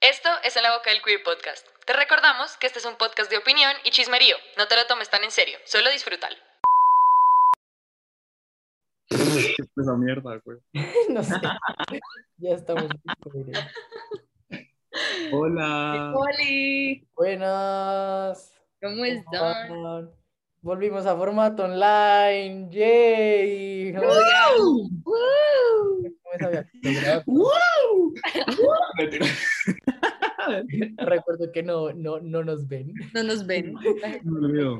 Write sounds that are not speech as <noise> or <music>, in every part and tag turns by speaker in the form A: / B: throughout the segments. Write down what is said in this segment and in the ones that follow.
A: Esto es En la Boca del Queer Podcast. Te recordamos que este es un podcast de opinión y chismerío. No te lo tomes tan en serio, solo disfrútalo.
B: Uy, qué es <laughs> esa mierda, güey.
C: <laughs> No sé. Ya estamos. disponibles.
B: Hola. <laughs>
D: Oli,
C: Buenas.
D: ¿cómo
C: ¿cómo
D: están?
C: van? Volvimos a formato online. ¡Yay! Oigan, ¿cómo se había acostumbrado? Recuerdo que no, no, no nos ven.
D: No nos ven.
B: Me olvidó.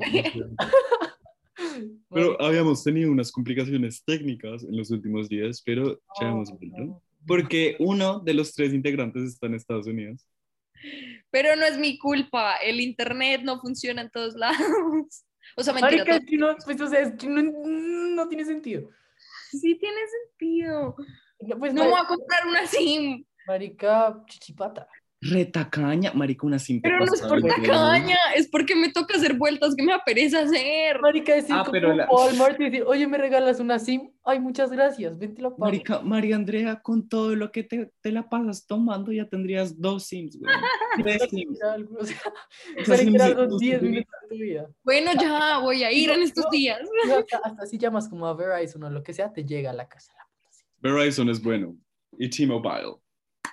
B: Pero habíamos tenido unas complicaciones técnicas en los últimos días, pero ya hemos
C: Oh.
B: vuelto. Porque uno de los tres integrantes está en Estados Unidos.
D: Pero no es mi culpa, el internet no funciona en todos lados. <laughs> O sea, mentira,
C: Marica, es que no, pues, o sea, es que no, no tiene sentido.
D: todo- sí tiene sentido.
C: No, pues,
D: No me voy
C: no,
D: a comprar una SIM,
C: marica, chichipata.
B: Retacaña, marica, una cinta.
D: pero no es por
B: pasable,
D: la
B: güey.
D: caña, es porque me toca hacer vueltas que me apereza hacer.
C: Marica, decir
B: Ah,
C: como
B: pero la-
C: Walmart y decir, oye, ¿me regalas una SIM? Ay, muchas gracias, vente la pago.
B: Marica, María Andrea, con todo lo que te, te la pasas tomando, ya tendrías dos Sims, güey. Tres Sims.
C: Era algo, o sea, Pero
B: Esas
C: que
B: Sims
C: eran los
B: no
C: 10
B: se
C: minutos de tu vida.
D: Bueno, ya voy a ir en estos días.
C: Y Hasta, hasta si llamas como a Verizon o lo que sea, te llega a la casa. la puta, sí.
B: Verizon es bueno. Y T-Mobile.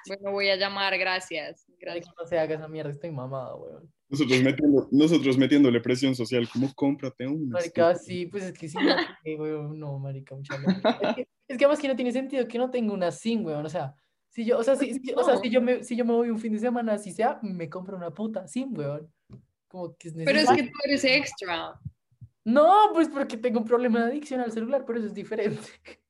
D: Bueno, voy a llamar, gracias.
C: Marica,
D: gracias.
C: No se haga esa mierda, estoy mamada, weón. <laughs>
B: Nosotros, metiendo- nosotros metiéndole presión social, como cómprate una.
C: Marica, sí, pues es que sí, no, eh, weón, no, marica, mucha mierda. Es que, es que además que no tiene sentido que no tenga una SIM, weón, o sea, si yo, o sea, si, si- o sea,
D: No.
C: si yo, me, si yo me voy un fin de semana, así sea, me compro una puta SIM, weón. Como que es
D: Pero es
C: necesario.
D: que tú eres extra.
C: No, pues porque tengo un problema de adicción al celular, pero eso es diferente. <laughs>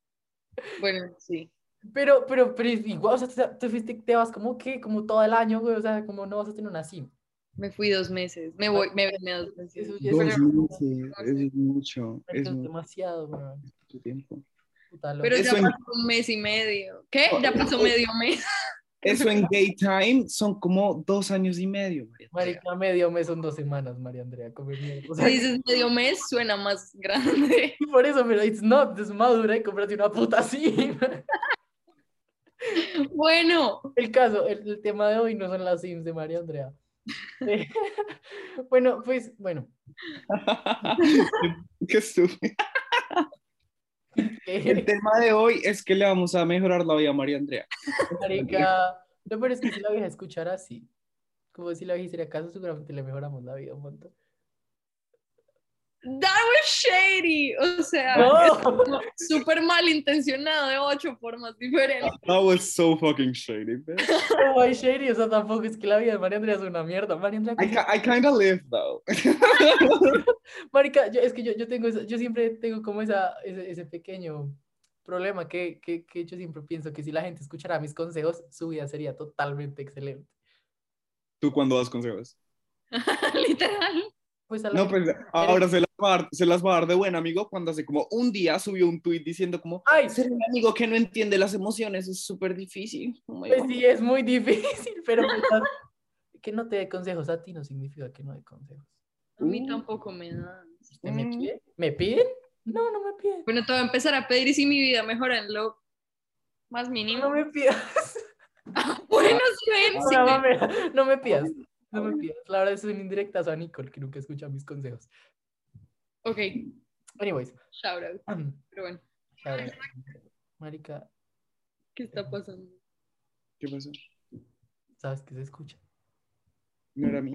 D: Bueno, sí.
C: Pero, pero, pero es igual, o sea, te- te, fuiste- te vas como que, como todo el año, güey, o sea, como no vas a tener una SIM.
D: Me fui dos meses. Me voy, me vine dos meses.
C: Eso ya
B: Dos
C: es,
B: meses, eso es mucho, es
C: Marica, es
B: mucho
C: demasiado, weón.
B: tiempo.
C: Puta loca.
D: Pero
B: Eso
D: ya
B: en-
D: pasó un mes y medio. ¿Qué? Ya pasó medio mes.
B: Eso en daytime son como dos años y medio, María Andrea.
C: Marica, medio mes son dos semanas, María Andrea, come mierda. O sea,
D: Si dices medio mes, suena más grande. <laughs>
C: y <laughs> por eso, pero it's not, desmadura y cómprate una puta SIM. <laughs>
D: Bueno,
C: El caso, el, el tema de hoy no son las SIMs de María Andrea. <laughs> Eh, bueno, pues, bueno, <laughs>
B: Qué estúpido. El
C: eh,
B: tema de hoy es que le vamos a mejorar la vida a María Andrea.
C: marica, no, pero es que si la vieja escuchara así, como si la vieja hiciera caso, seguramente le mejoramos la vida un montón.
D: that was shady. O
C: <laughs>
D: sea,
C: No.
D: es súper malintencionado de ocho formas diferentes. <laughs>
B: That was so fucking shady, bitch.
C: No, my shady, o sea, tampoco es que la vida de María Andrea es una mierda. María Andrea,
B: I, ca- I kinda live, though.
C: marica, yo, es que yo, yo tengo, esa- yo siempre tengo como esa, ese, ese pequeño problema que, que, que yo siempre pienso que si la gente escuchara mis consejos, su vida sería totalmente excelente.
B: ¿Tú cuando das consejos?
D: Literal.
C: Pues a la
B: No,
C: gente-
B: pues ahora se las, va a dar, se las va a dar de buen amigo cuando hace como un día subió un tweet diciendo como
C: Ay,
B: ser un amigo que no entiende las emociones es súper difícil. Oh my
C: pues
B: God".
C: sí, es muy <laughs> difícil, pero pues, las- que no te dé consejos a ti no significa que no dé consejos.
D: A mí
B: Uh.
D: tampoco me da.
C: ¿Usted ¿Me
B: Mm.
C: piden? ¿Me piden? No, no me piden.
D: Bueno, te voy a empezar a pedir y si mi vida mejora en lo más
C: No
D: mínimo.
C: me pidas. <laughs>
D: Bueno, Sven, sí.
C: No, no, me- no me pidas. No me pidas. La verdad es un indirectazo a Nicole, que nunca escucha mis consejos.
D: Ok,
C: Anyways. <clears throat>
D: shout out. Pero bueno,
C: Ahora, Marica,
D: ¿qué está pasando?
B: ¿Qué pasó?
C: ¿sabes qué se escucha?
B: No era mí.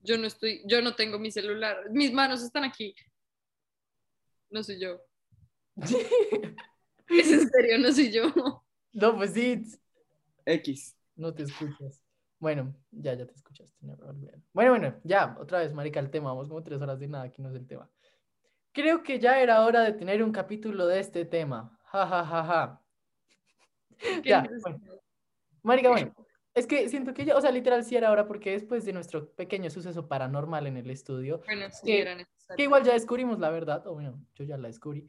D: Yo no estoy, yo no tengo mi celular. Mis manos están aquí. No soy yo. Es en serio, no soy yo. <laughs>
C: no, pues sí,
B: X.
C: no te escuchas. Bueno, ya, ya te escuchaste. never mind. Bueno, bueno, ya, otra vez, Marica, el tema. Vamos como tres horas de nada, aquí no es el tema. Creo que ya era hora de tener un capítulo de este tema. Ja, ja, ja, ja.
D: ¿Qué
C: Ya,
D: necesitas?
C: Marica, bueno, es que siento que ya, o sea, literal sí era hora porque después de nuestro pequeño suceso paranormal en el estudio,
D: Bueno, sí,
C: Que-
D: era necesario.
C: que igual ya descubrimos la verdad, o bueno, yo ya la descubrí,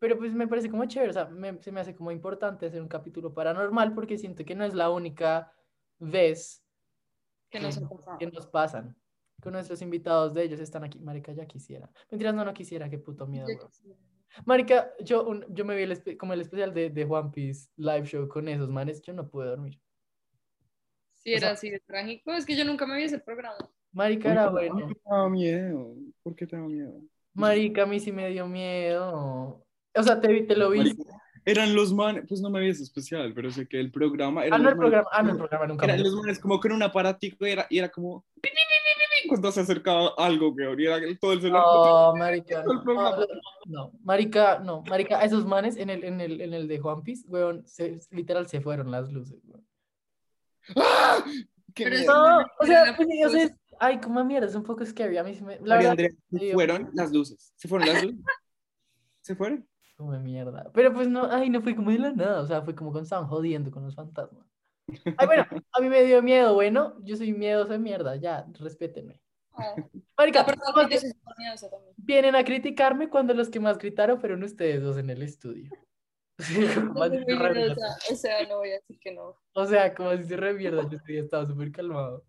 C: pero pues me parece como chévere, o sea, me- se me hace como importante hacer un capítulo paranormal porque siento que no es la única vez
D: que nos ha pasado.
C: que nos pasan, que nuestros invitados de ellos están aquí, marica, ya quisiera, mentiras, no, no quisiera, qué puto miedo, weón. marica, yo, un- yo me vi el espe- como el especial de, de One Piece live show con esos manes, yo no pude dormir,
D: Sí, era así de trágico. Es que yo nunca me vi ese programa.
C: Marica
B: ¿Por
C: era
B: qué
C: bueno.
B: te da miedo? ¿Por qué te da miedo?
C: Marica, a mí sí me dio miedo. O sea, te, vi- te lo vi.
B: Marica, Eran los manes, pues no me vi ese especial, pero sé que el programa
C: Ah,
B: eran
C: no,
B: los
C: el
B: manes-
C: programa, ah, no, el programa nunca me
B: eran
C: dio
B: los manes como con un aparatico y era, y era como pi, pi, pi, pi, pi, pi, cuando se acercaba algo, que y era todo el
C: <laughs>
B: celular.
C: No, Oh, marica,
B: todo el
C: no,
B: programa.
C: no, no, marica, no, marica, a esos manes en el, en el, en el de Juan Piz, weón, se- literal se fueron las luces, weón.
B: ¡Ah! ¡Qué
D: Pero
B: miedo!
D: eso-
C: No, o sea,
D: Era
C: pues,
D: una
C: o sea, ay, como mierda, es un poco scary, a mí se me, la
B: María
C: verdad,
B: Andrea, se
C: sí,
B: fueron las luces. Se fueron
D: <laughs>
B: las luces. ¿Se fueron?
C: como mierda, pero pues no, ay, no fue como de la nada, o sea, fue como con San jodiendo con los fantasmas. Ay, bueno, a mí me dio miedo, bueno, yo soy miedoso de mierda, ya, respétenme.
D: Ah,
C: Marica,
D: pero no,
C: más
D: yo
C: bien,
D: soy miedosa también.
C: vienen a criticarme cuando los que más gritaron fueron ustedes dos en el estudio. <laughs> O sea, como
D: Yo soy
C: así,
D: muy
C: raro.
D: miedosa, O sea, no voy a decir que no.
C: O sea, como si se re mierda, yo estoy- estaba súper
B: <coughs>
C: calmado.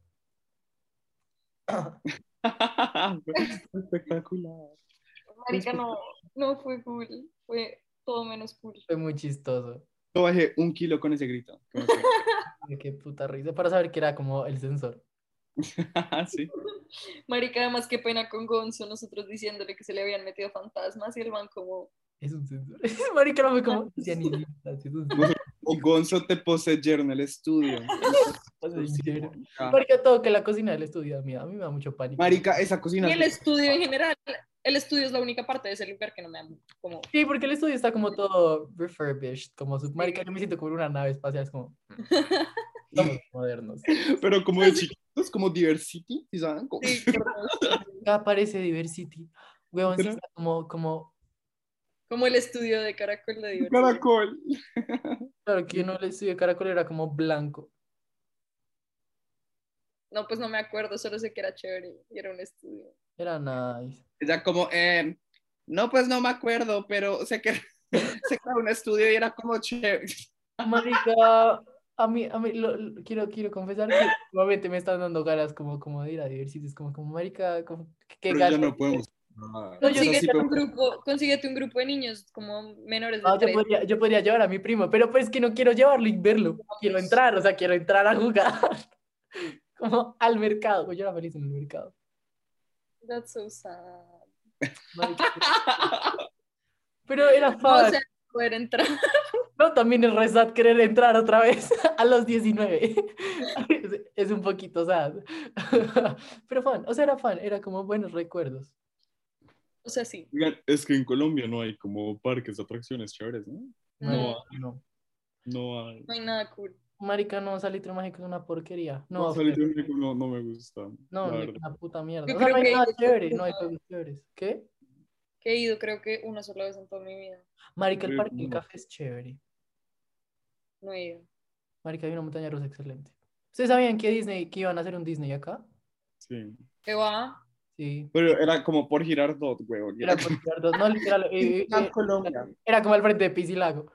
B: Fue Espectacular.
D: Marica, no, no fue cool. Fue todo menos cool.
C: Fue muy chistoso.
B: Yo bajé un kilo con ese grito. <laughs> Como que-
C: Ay, Qué puta risa. Para saber que era como el sensor.
B: sí.
D: Marica, además, qué pena con Gonzo, nosotros diciéndole que se le habían metido fantasmas y el man como,
C: Es un sensor. <laughs> Marica no me como. decía ni mierda, sí, es un sensor.
B: O Gonzo te poseyeron
D: <laughs>
B: el estudio.
C: Marica, todo que la cocina del estudio da miedo. A mí me da mucho pánico.
B: Ah. Marica, esa
D: y
B: cocina.
D: el estudio en general. El estudio es la única parte de ese lugar que no me da como
C: Sí, porque el estudio está como todo refurbished. Como su... Marica, yo me siento como en una nave espacial. Es
B: <laughs>
C: como. Somos modernos.
B: <laughs> Pero como de chiquitos, como Diversity, ¿sí ¿saben?
D: <laughs>
B: Como-
D: Sí, qué horror.
C: Acá aparece Diversity. Weón, sí
B: Pero-
C: está como, como
D: como el estudio de Caracol de Diversity.
B: Caracol.
C: Claro que yo no le estudié caracol, era como blanco.
D: No, pues no me acuerdo, solo sé que era chévere y era un estudio.
C: Era nice.
B: Era como, eh, no, pues no me acuerdo, pero sé que <laughs> sé que era un estudio y era como chévere.
C: Marica, a mí, a mí lo- lo- quiero, quiero confesar que nuevamente me están dando ganas como, como de ir a Diversity. Es como, como marica, como, qué- qué
B: Pero
C: ganas.
B: ya no podemos. Ah,
C: No, yo
B: o sea,
C: dije
B: sí
D: Consíguete un
B: podemos.
D: grupo, consíguete un grupo de niños como menores de
C: No, yo,
D: tres.
C: podría, yo podría llevar a mi primo, pero pues que no quiero llevarlo y verlo. Quiero entrar, o sea, quiero entrar a jugar. <laughs> Como al mercado. pues Yo era feliz en el mercado.
D: That's so sad.
C: Marica. Pero
B: <laughs>
C: era fácil.
D: O sea, poder entrar. <laughs>
C: No, también es re sad querer entrar otra vez <laughs> a los 19. Es, <laughs> es un poquito sad. <laughs> Pero fan, o sea, era fan, era como buenos recuerdos.
D: O sea, sí.
B: Oigan, es que en Colombia no hay como parques de atracciones chéveres, ¿no?
D: No,
C: Marica, no.
B: No hay.
D: no hay nada cool.
C: Marica, no, Salitre Mágico es una porquería. No,
B: No,
C: pero-
B: Salitre Mágico no, no me gusta.
C: no,
B: la
C: ni
B: verdad.
C: una puta mierda.
D: Yo
C: O sea, no
D: creo
C: hay
D: que-
C: nada chévere, no hay juegos chéveres. ¿Qué?
D: Que he ido creo que una sola vez en toda mi vida.
C: Marica, el
B: Creo
C: parque
B: que
C: del
B: no.
C: café es chévere.
D: No he ido.
C: Marica, hay una montaña rusa excelente. ¿Ustedes sabían que Disney, que iban a hacer un Disney acá?
B: Sí.
D: ¿Qué va?
C: Sí.
B: Pero era como por girar dot, weón. y
C: Era
B: Era
C: por Ricardo, no, literal,
D: <laughs>
C: eh, eh,
B: como-
C: eh, era como al frente de Pisilago.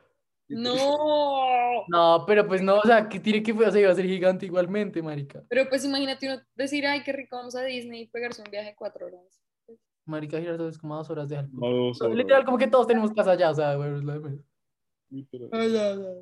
D: No.
C: No, pero pues no, o sea, que tiene que, o sea, iba a ser gigante igualmente, marica.
D: Pero pues imagínate uno decir, ay, qué rico, vamos a Disney y pegarse un viaje de cuatro horas.
C: Marica, girar es como a dos horas de al
B: No, dos horas.
C: Literal, como que todos tenemos casa allá, o sea, güey, es la de menos.
B: Literal.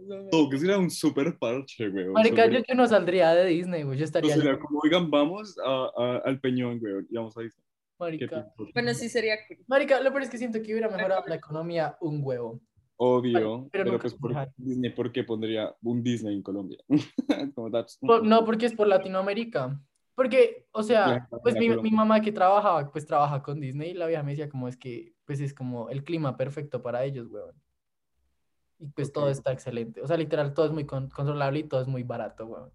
D: No,
B: No, que sería un super parche, weón.
C: Marica, yo,
B: Seguro.
C: yo no saldría de Disney, güey, yo estaría
B: Entonces
C: allá,
B: era como, oigan, vamos a, a- al Peñón, weón. Y vamos a Disney. Qué
C: marica.
B: pico.
D: Bueno, sí sería cool.
C: Marica, lo peor es que siento que hubiera mejorado la economía un huevo.
B: Obvio.
C: Pero
B: Pero,
C: nunca
B: pues,
C: se
B: ¿por
C: dejaron.
B: qué Disney? ¿Por qué pondría un Disney en Colombia? <laughs> como that's...
C: Por- no, porque es por Latinoamérica. Porque, o sea,
B: Claro,
C: pues mi,
B: claro.
C: mi mamá que trabajaba, pues trabaja con Disney, la vieja me decía como es que, pues es como el clima perfecto para ellos, weón. Y pues todo
B: Ok.
C: está excelente. O sea, literal, todo es muy con- controlable y todo es muy barato, weón.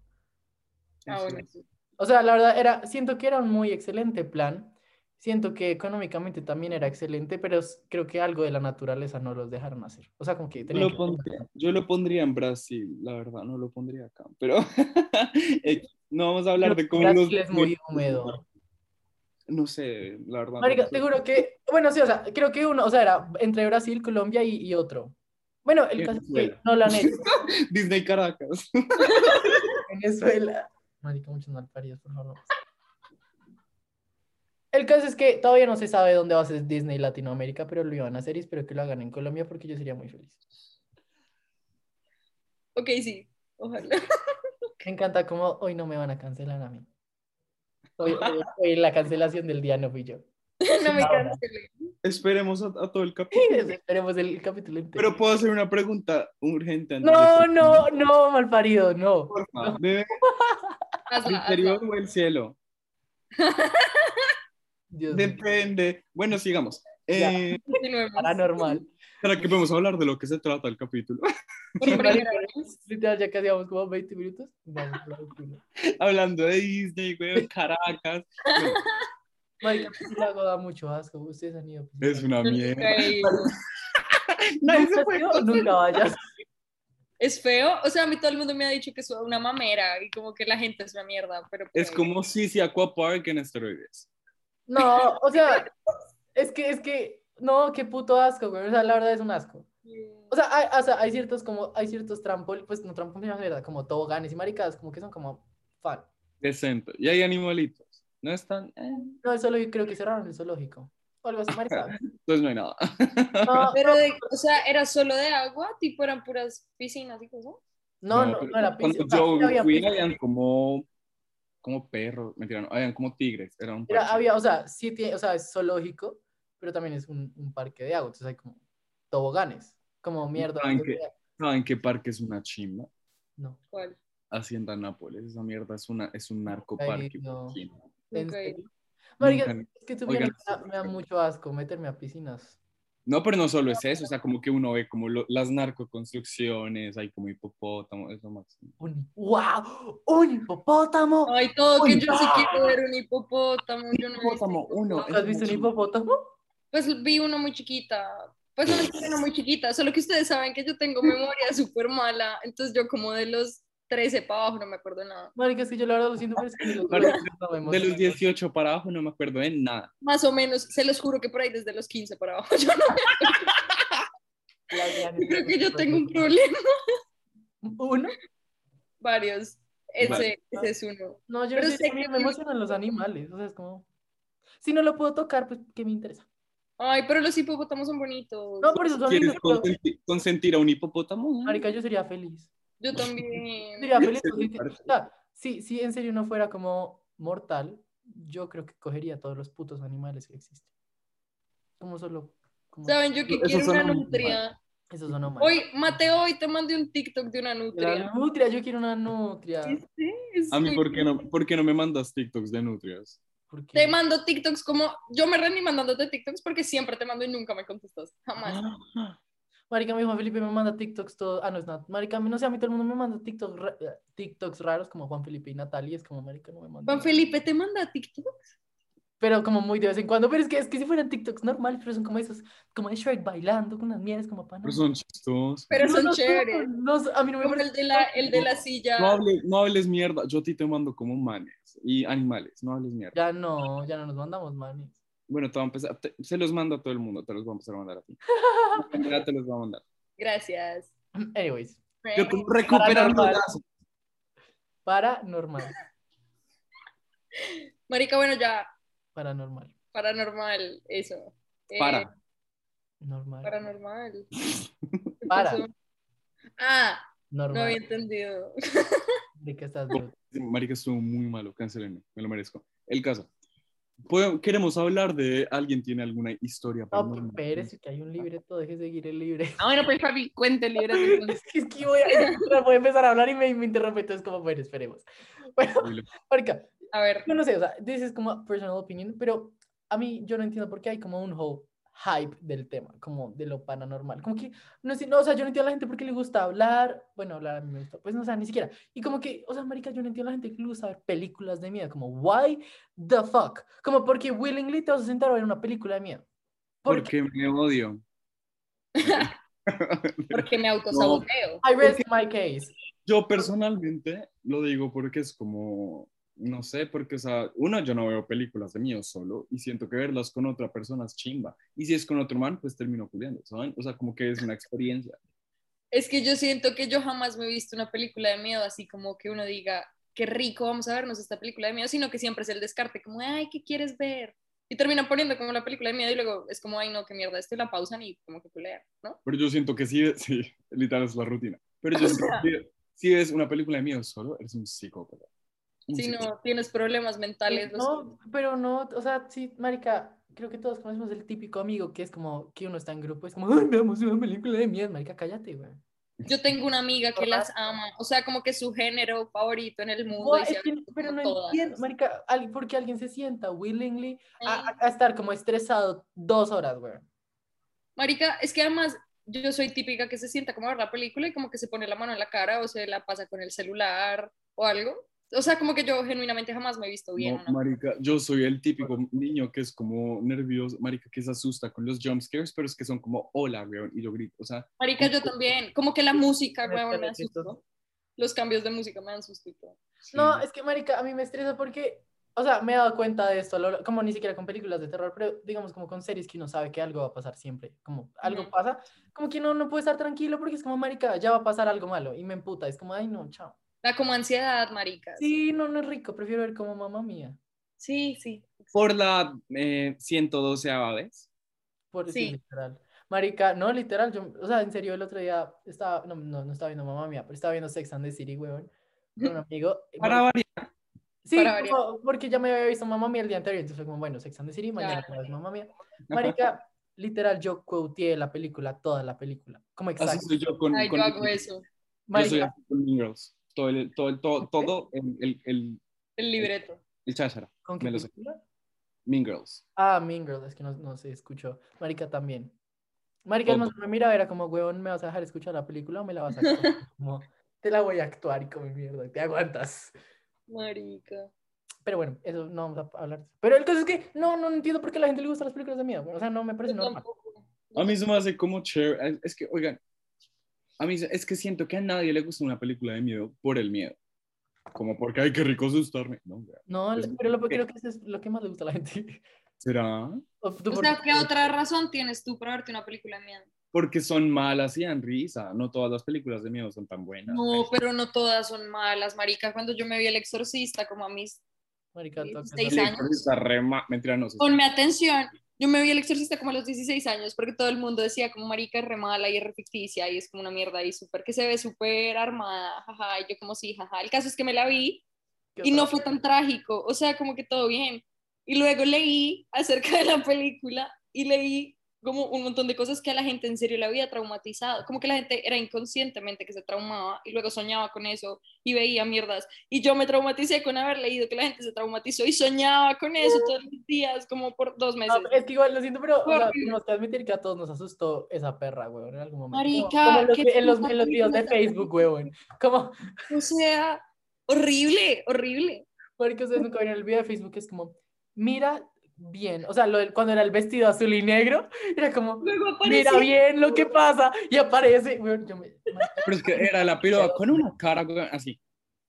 D: Ah, bueno, sí.
C: O sea, la verdad era, siento que era un muy excelente plan. Siento que económicamente también era excelente, pero s- creo que algo de la naturaleza no los dejaron hacer. O sea, como que
B: Yo
C: tenían
B: lo,
C: que-
B: pondría, yo lo pondría en Brasil, la verdad, no lo pondría acá. Pero <laughs> eh, no vamos a hablar de cómo
C: Brasil
B: los-
C: es muy húmedo.
B: No sé, la verdad. no
C: Marica,
B: sé.
C: seguro que, bueno, sí, o sea, creo que uno, o sea, era entre Brasil, Colombia y, y otro. Bueno, el caso es que
B: Venezuela.
C: no lo han hecho. <laughs>
B: Disney Caracas.
C: Venezuela. Marica, muchos malparidos, por favor. El caso es que todavía no se sabe dónde va a ser Disney Latinoamérica, pero lo iban a hacer y espero que lo hagan en Colombia porque yo sería muy feliz.
D: Ok, sí. Ojalá. <laughs>
C: Me encanta cómo hoy no me van a cancelar a mí. Hoy, hoy- hoy la cancelación del día no fui yo. <laughs>
D: No me este
C: Ahora.
D: cancelen.
B: Esperemos a, a todo el
C: <laughs>
B: capítulo.
C: Esperemos el capítulo entero.
B: Pero puedo hacer una pregunta urgente. antes
C: No,
B: de-
C: no, no, malparido, no.
B: Porfa, ¿Bebe el
C: Ah,
D: Hazla, hazla.
B: interior o el cielo?
C: Dios mío,
B: Depende. Bueno, sigamos.
C: Ya.
B: Eh,
D: Continuemos.
C: paranormal.
B: ¿Será que podemos hablar de lo que se trata el capítulo? <laughs>
D: Por primera vez.
C: Literal, ya casi vamos como 20 minutos. Vamos, vamos, vamos.
B: Hablando de Disney, güey, Caracas.
C: Marica, Piscilago da mucho asco. Ustedes han ido. pues, a Piscilago.
B: Es una mierda. Nadie
C: ¿Nunca
B: se
C: has
B: puede
C: ido? Nunca vayas.
D: Es feo. O sea, a mí todo el mundo me ha dicho que es una mamera y como que la gente es una mierda. Pero
B: Es
D: pues,
B: como Sisi Aqua Park en esteroides.
C: No, o sea, es que, es que, no, qué puto asco, güey. O sea, la verdad es un asco. O sea, hay, o sea, hay ciertos como, hay ciertos trampolines, pues no trampolines, verdad, como toboganes y maricadas, como que son como fan.
B: Decente. Y hay animalitos. No están. eh,
C: No, el zoológico, creo que cerraron el zoológico. O algo así,
B: <laughs>
C: maricadas.
B: Entonces no hay nada.
C: No,
D: Pero, de- o sea, era solo de agua, tipo eran puras piscinas y cosas.
B: <laughs>
C: no, no, no,
B: pero
C: era
B: cuando
C: piscina. O sea, sí
B: yo
C: había pues,
B: fui,
C: piscina.
B: habían como, como perros, mentira, no, habían como tigres, era un
C: Era- ah.
B: parche.
C: había, o sea, sí tiene, o sea, es zoológico, pero también es un, un parque de agua, entonces hay como toboganes, como mierda.
B: tanque. ¿Saben qué parque es una chimba?
C: No,
D: ¿Cuál?
B: Hacienda Nápoles, esa mierda es, una, es un
C: Ay,
B: narcoparque.
C: no.
B: por chimba.
C: en
D: Ok.
C: serio. Marica,
B: Nunca-
C: es que tú
B: Oigan, este
C: vienes, me da- me da mucho asco meterme a piscinas.
B: No, pero no solo es eso, o sea, como que uno ve como lo- las narcoconstrucciones, hay como hipopótamos, es lo máximo.
C: Un, ¡Wow! ¡Un hipopótamo!
D: Ay, todo, que
C: Uy,
D: yo sí
C: ah.
D: quiero ver un hipopótamo. Yo no he visto
B: Hipopótamo, uno, eh.
D: hipopótamo.
B: es
C: ¿Has visto un
B: mucho-
C: hipopótamo?
D: Pues vi una muy chiquita. Pues no mentira, una muy chiquita. Solo que ustedes saben que yo tengo
B: <laughs>
D: memoria súper mala. Entonces yo como de los 13 para abajo no me acuerdo nada.
C: Marica, es que yo la verdad lo siento, pero es que los
B: Marica,
C: colores no me
B: De
C: emocionan.
B: los 18 para abajo no me acuerdo de nada.
D: Más o menos, se los juro que por ahí desde los 15 para abajo. <laughs> Yo
C: La verdad,
D: <laughs> no creo que yo
C: no
D: tengo
B: <laughs>
D: un
C: me
D: problema.
C: ¿Uno?
D: Varios. Ese,
B: Vale.
D: ese es uno.
C: No, yo
D: Pero
C: no sé,
D: sé
C: a mí
D: que-
C: me emocionan los animales, o sea, es como... Si no lo puedo tocar, pues, ¿qué me interesa?
D: Ay, pero los hipopótamos son bonitos.
C: No, por eso son
B: ¿Quieres
C: lindos, pero,
B: consentir, consentir a un hipopótamo?
C: marica, yo sería feliz.
D: Yo también.
C: Sería feliz.
B: Sí,
C: porque-
B: parce.
C: o sea, si, si en serio no fuera como mortal, yo creo que cogería todos los putos animales que existen. Como solo... Como...
D: Saben, yo que
B: Esos
D: quiero
B: son
D: una
B: los
D: nutria.
C: Esos son humanos.
D: Hoy, Mateo, hoy te mandé un TikTok de una
C: La
D: nutria.
C: nutria, yo quiero una nutria.
D: Sí, sí.
B: A mí, ¿por qué, no, ¿por qué no me mandas TikToks de nutrias?
C: ¿Por qué?
D: Te mando TikToks como. Yo me rendí mandándote TikToks porque siempre te mando y nunca me contestas.
B: Ah.
D: Jamás.
C: Marica, mi hijo Felipe me manda TikToks todo. Ah, no es nada. Marica, a mí- no sé, a mí todo el mundo me manda TikTok ra- eh, TikToks raros como Juan Felipe y Natalia. Es como, Marica, no me manda.
D: Juan
C: nada.
D: Felipe te manda TikTok.
C: Pero como muy de vez en cuando. Pero es que, es que si fueran TikToks normales, pero son como esos, como de Shrek bailando con unas mierdas como pana.
B: Pero son chistosos.
D: Pero son
C: chéveres.
D: chéveres.
C: a mí no me
D: Como
C: parece.
D: el de la, el de la silla.
B: No hables, no hables mierda. Yo a ti te mando como manes y animales. No hables mierda.
C: Ya no, ya no nos mandamos, manes. <clears throat>
B: Bueno, te va a empezar. te- se los mando a todo el mundo. Te los voy a empezar a mandar a ti. Ya te los voy a mandar.
D: Gracias.
C: Anyways,
B: Yo como recuperar los
C: Paranormal.
B: lazos.
C: paranormal.
D: Marica, bueno, ya.
C: Paranormal.
D: Paranormal, eso. Eh,
B: Para.
C: Normal.
D: Paranormal.
C: Para.
D: Eso. Ah, no
C: Normal.
D: había entendido.
C: ¿De qué estás, bro?
B: Marica estuvo muy malo. Cancelenme. Me lo merezco. El caso. Puedo- Queremos hablar de. ¿Alguien tiene alguna historia?
C: No,
B: paranormal?
C: Pérez, que hay un libreto, deje seguir el libre.
D: Ah, bueno, pues Fabi, cuéntale. ahora tú, entonces.
C: Es que, es que voy, a, voy a empezar a hablar y me, me interrumpe, entonces como, bueno, esperemos. <laughs> Bueno, marica,
D: A ver,
C: yo no sé, o sea, this is como personal opinion, pero a mí yo no entiendo por qué hay como un whole hype del tema, como de lo paranormal, como que, no sé, no, o sea, yo no entiendo a la gente por qué le gusta hablar, bueno, hablar a mí me gusta, pues no, o sea, ni siquiera, y como que, o sea, marica, yo no entiendo a la gente que le gusta ver películas de miedo, como, why the fuck, como porque willingly te vas a sentar a ver una película de miedo, porque
B: Porque me odio.
D: porque me autosaboteo.
C: I rest my case,
B: Yo personalmente lo digo porque es como, no sé, porque, o sea, uno, yo no veo películas de mío solo y siento que verlas con otra persona es chimba. Y si es con otro man, pues termino culiando, ¿saben? O sea, como que es una experiencia.
D: Es que yo siento que yo jamás me he visto una película de miedo así como que uno diga, qué rico, vamos a vernos esta película de miedo, sino que siempre es el descarte, como, ay, ¿qué quieres ver? Y terminan poniendo como la película de miedo y luego es como, ay, no, qué mierda, esto y la pausan y como que culean, ¿no?
B: <laughs> Pero yo siento que sí, sí, literal es la rutina. Pero yo
D: O
B: siento
D: sea.
B: que si ves una película de miedo solo, eres un psicópata. Un
D: Si
B: psicópata.
D: no tienes problemas mentales. los-
C: Pues No, pero no, o sea, sí, marica, creo que todos conocemos el típico amigo que es como que uno está en grupo, es como, ay, veamos una película de miedo, marica, cállate, güey.
D: Yo tengo una amiga que las ama, o sea, como que su género favorito en el mundo.
C: Buah,
D: y se
C: es que-
D: habla
C: pero
D: como
C: no
D: todas.
C: entiendo, marica, al- porque alguien se sienta willingly a,
D: Ay,
C: a- a estar como estresado dos horas, güey.
D: Marica, es que además yo soy típica que se sienta como a ver la película y como que se pone la mano en la cara o se la pasa con el celular o algo. O sea, como que yo genuinamente jamás me he visto bien.
B: No,
D: ¿no?
B: marica, yo soy el típico niño que es como nervioso, marica, que se asusta con los jump scares, pero es que son como, hola, weón, y yo grito, o sea,
D: Marica, yo también. Como que la música,
C: Pero
D: weón, me
C: es chistoso.
D: asustó. Los cambios de música me han sustituido.
B: sí.
C: No, es que, marica, a mí me estresa porque, o sea, me he dado cuenta de esto, a lo largo- como ni siquiera con películas de terror, pero digamos como con series que uno sabe que algo va a pasar siempre, como algo
D: Ujú.
C: pasa, como que uno no puede estar tranquilo porque es como, marica, ya va a pasar algo malo y me emputa, es como, ay, no, chao.
D: Da como ansiedad, marica.
C: Sí, no, no es rico, prefiero ver como mamá mía.
D: sí. sí.
B: Por la eh, 112 vez.
C: Por sí,
D: Sí.
C: literal. Marica, no, literal, yo, o sea, en serio, el otro día estaba, no, no, no estaba viendo mamá mía, pero estaba viendo Sex and the City, weón, con
B: <laughs>
C: un amigo. y
B: Para
C: marica-
B: variar,
C: sí,
D: Para variar.
C: como- porque ya me había visto mamá mía el día anterior, entonces fue como, bueno, Sex and the City, mañana
D: Claro.
C: otra vez mamá
B: <laughs>
C: mía. Marica, literal, yo quoteé la película, toda la película, como
B: así
C: exacto.
B: soy Ah, yo con,
D: Ay,
B: con
D: yo hago
B: Mean
D: eso.
B: Girls. Yo soy
C: Marica,
B: así con Mean Girls. Todo el, todo, el- todo, todo el, el, el,
D: El libreto.
B: el cháchara,
C: ¿con qué
B: me lo sé.
C: película?
B: Mean Girls.
C: Ah, Mean Girls, es que no, no se escuchó. Marica también. Marica, el man me miraba, era como, huevón, ¿me vas a dejar escuchar la película o me la vas a actuar? <laughs> Como, te la voy a actuar y como mierda, te aguantas.
D: Marica.
C: Pero bueno, eso no vamos a hablar. Pero el caso es que no, no entiendo por qué a la gente le gustan las películas de miedo. O sea, no me parece
D: Yo
C: normal.
D: tampoco.
B: A mí se me hace como chévere. Es que, oigan, a mí se- es que siento que a nadie le gusta una película de miedo por el miedo. Como porque, ay, qué rico asustarme. No, weón.
C: No,
B: Es-
C: pero lo, creo que eso es lo que más le gusta a la gente. <laughs>
B: ¿Será?
C: O, tú
D: O
C: por
D: sea,
C: qué
D: ¿qué otra razón tienes tú para verte una película de miedo?
B: Porque son malas y dan risa. No todas las películas de miedo son tan buenas.
D: No, pero no todas son malas, marica. Cuando yo me vi El Exorcista, como a mis...
C: Marica,
D: Sí,
C: toca-
B: El
D: seis años.
B: exorcista re ma- Mentira, no sé.
D: Ponme atención. Yo me vi El Exorcista como a los 16 años porque todo el mundo decía como marica es re mala y es re ficticia y es como una mierda y súper que se ve súper armada, jaja, y yo como sí, jaja. El caso es que me la vi
C: ¿qué
D: y no
C: otra?
D: fue tan trágico, o sea, como que todo bien. Y luego leí acerca de la película y leí como un montón de cosas que a la gente en serio la había traumatizado, como que la gente era inconscientemente que se traumaba y luego soñaba con eso y veía mierdas. Y yo me traumaticé con haber leído que la gente se traumatizó y soñaba con eso todos los días, como por dos meses.
C: Ah, es que igual lo siento, pero o sea,
D: Horrible.
C: tenemos que admitir que a todos nos asustó esa perra, weón, en algún momento.
D: Marica,
C: Como en los,
D: qué
C: en los-
D: puta
C: en los videos de
D: película.
C: Facebook, weón. Como,
D: O sea, horrible, horrible.
C: Porque ustedes nunca vieron el video de Facebook, que es como, mira bien, o sea, lo del- cuando era el vestido azul y negro, <laughs> era como,
D: Luego aparece.
C: mira bien lo que pasa, y aparece, weón, yo me-
B: Pero es que era la
C: <laughs>
B: piroa con una cara weón, así.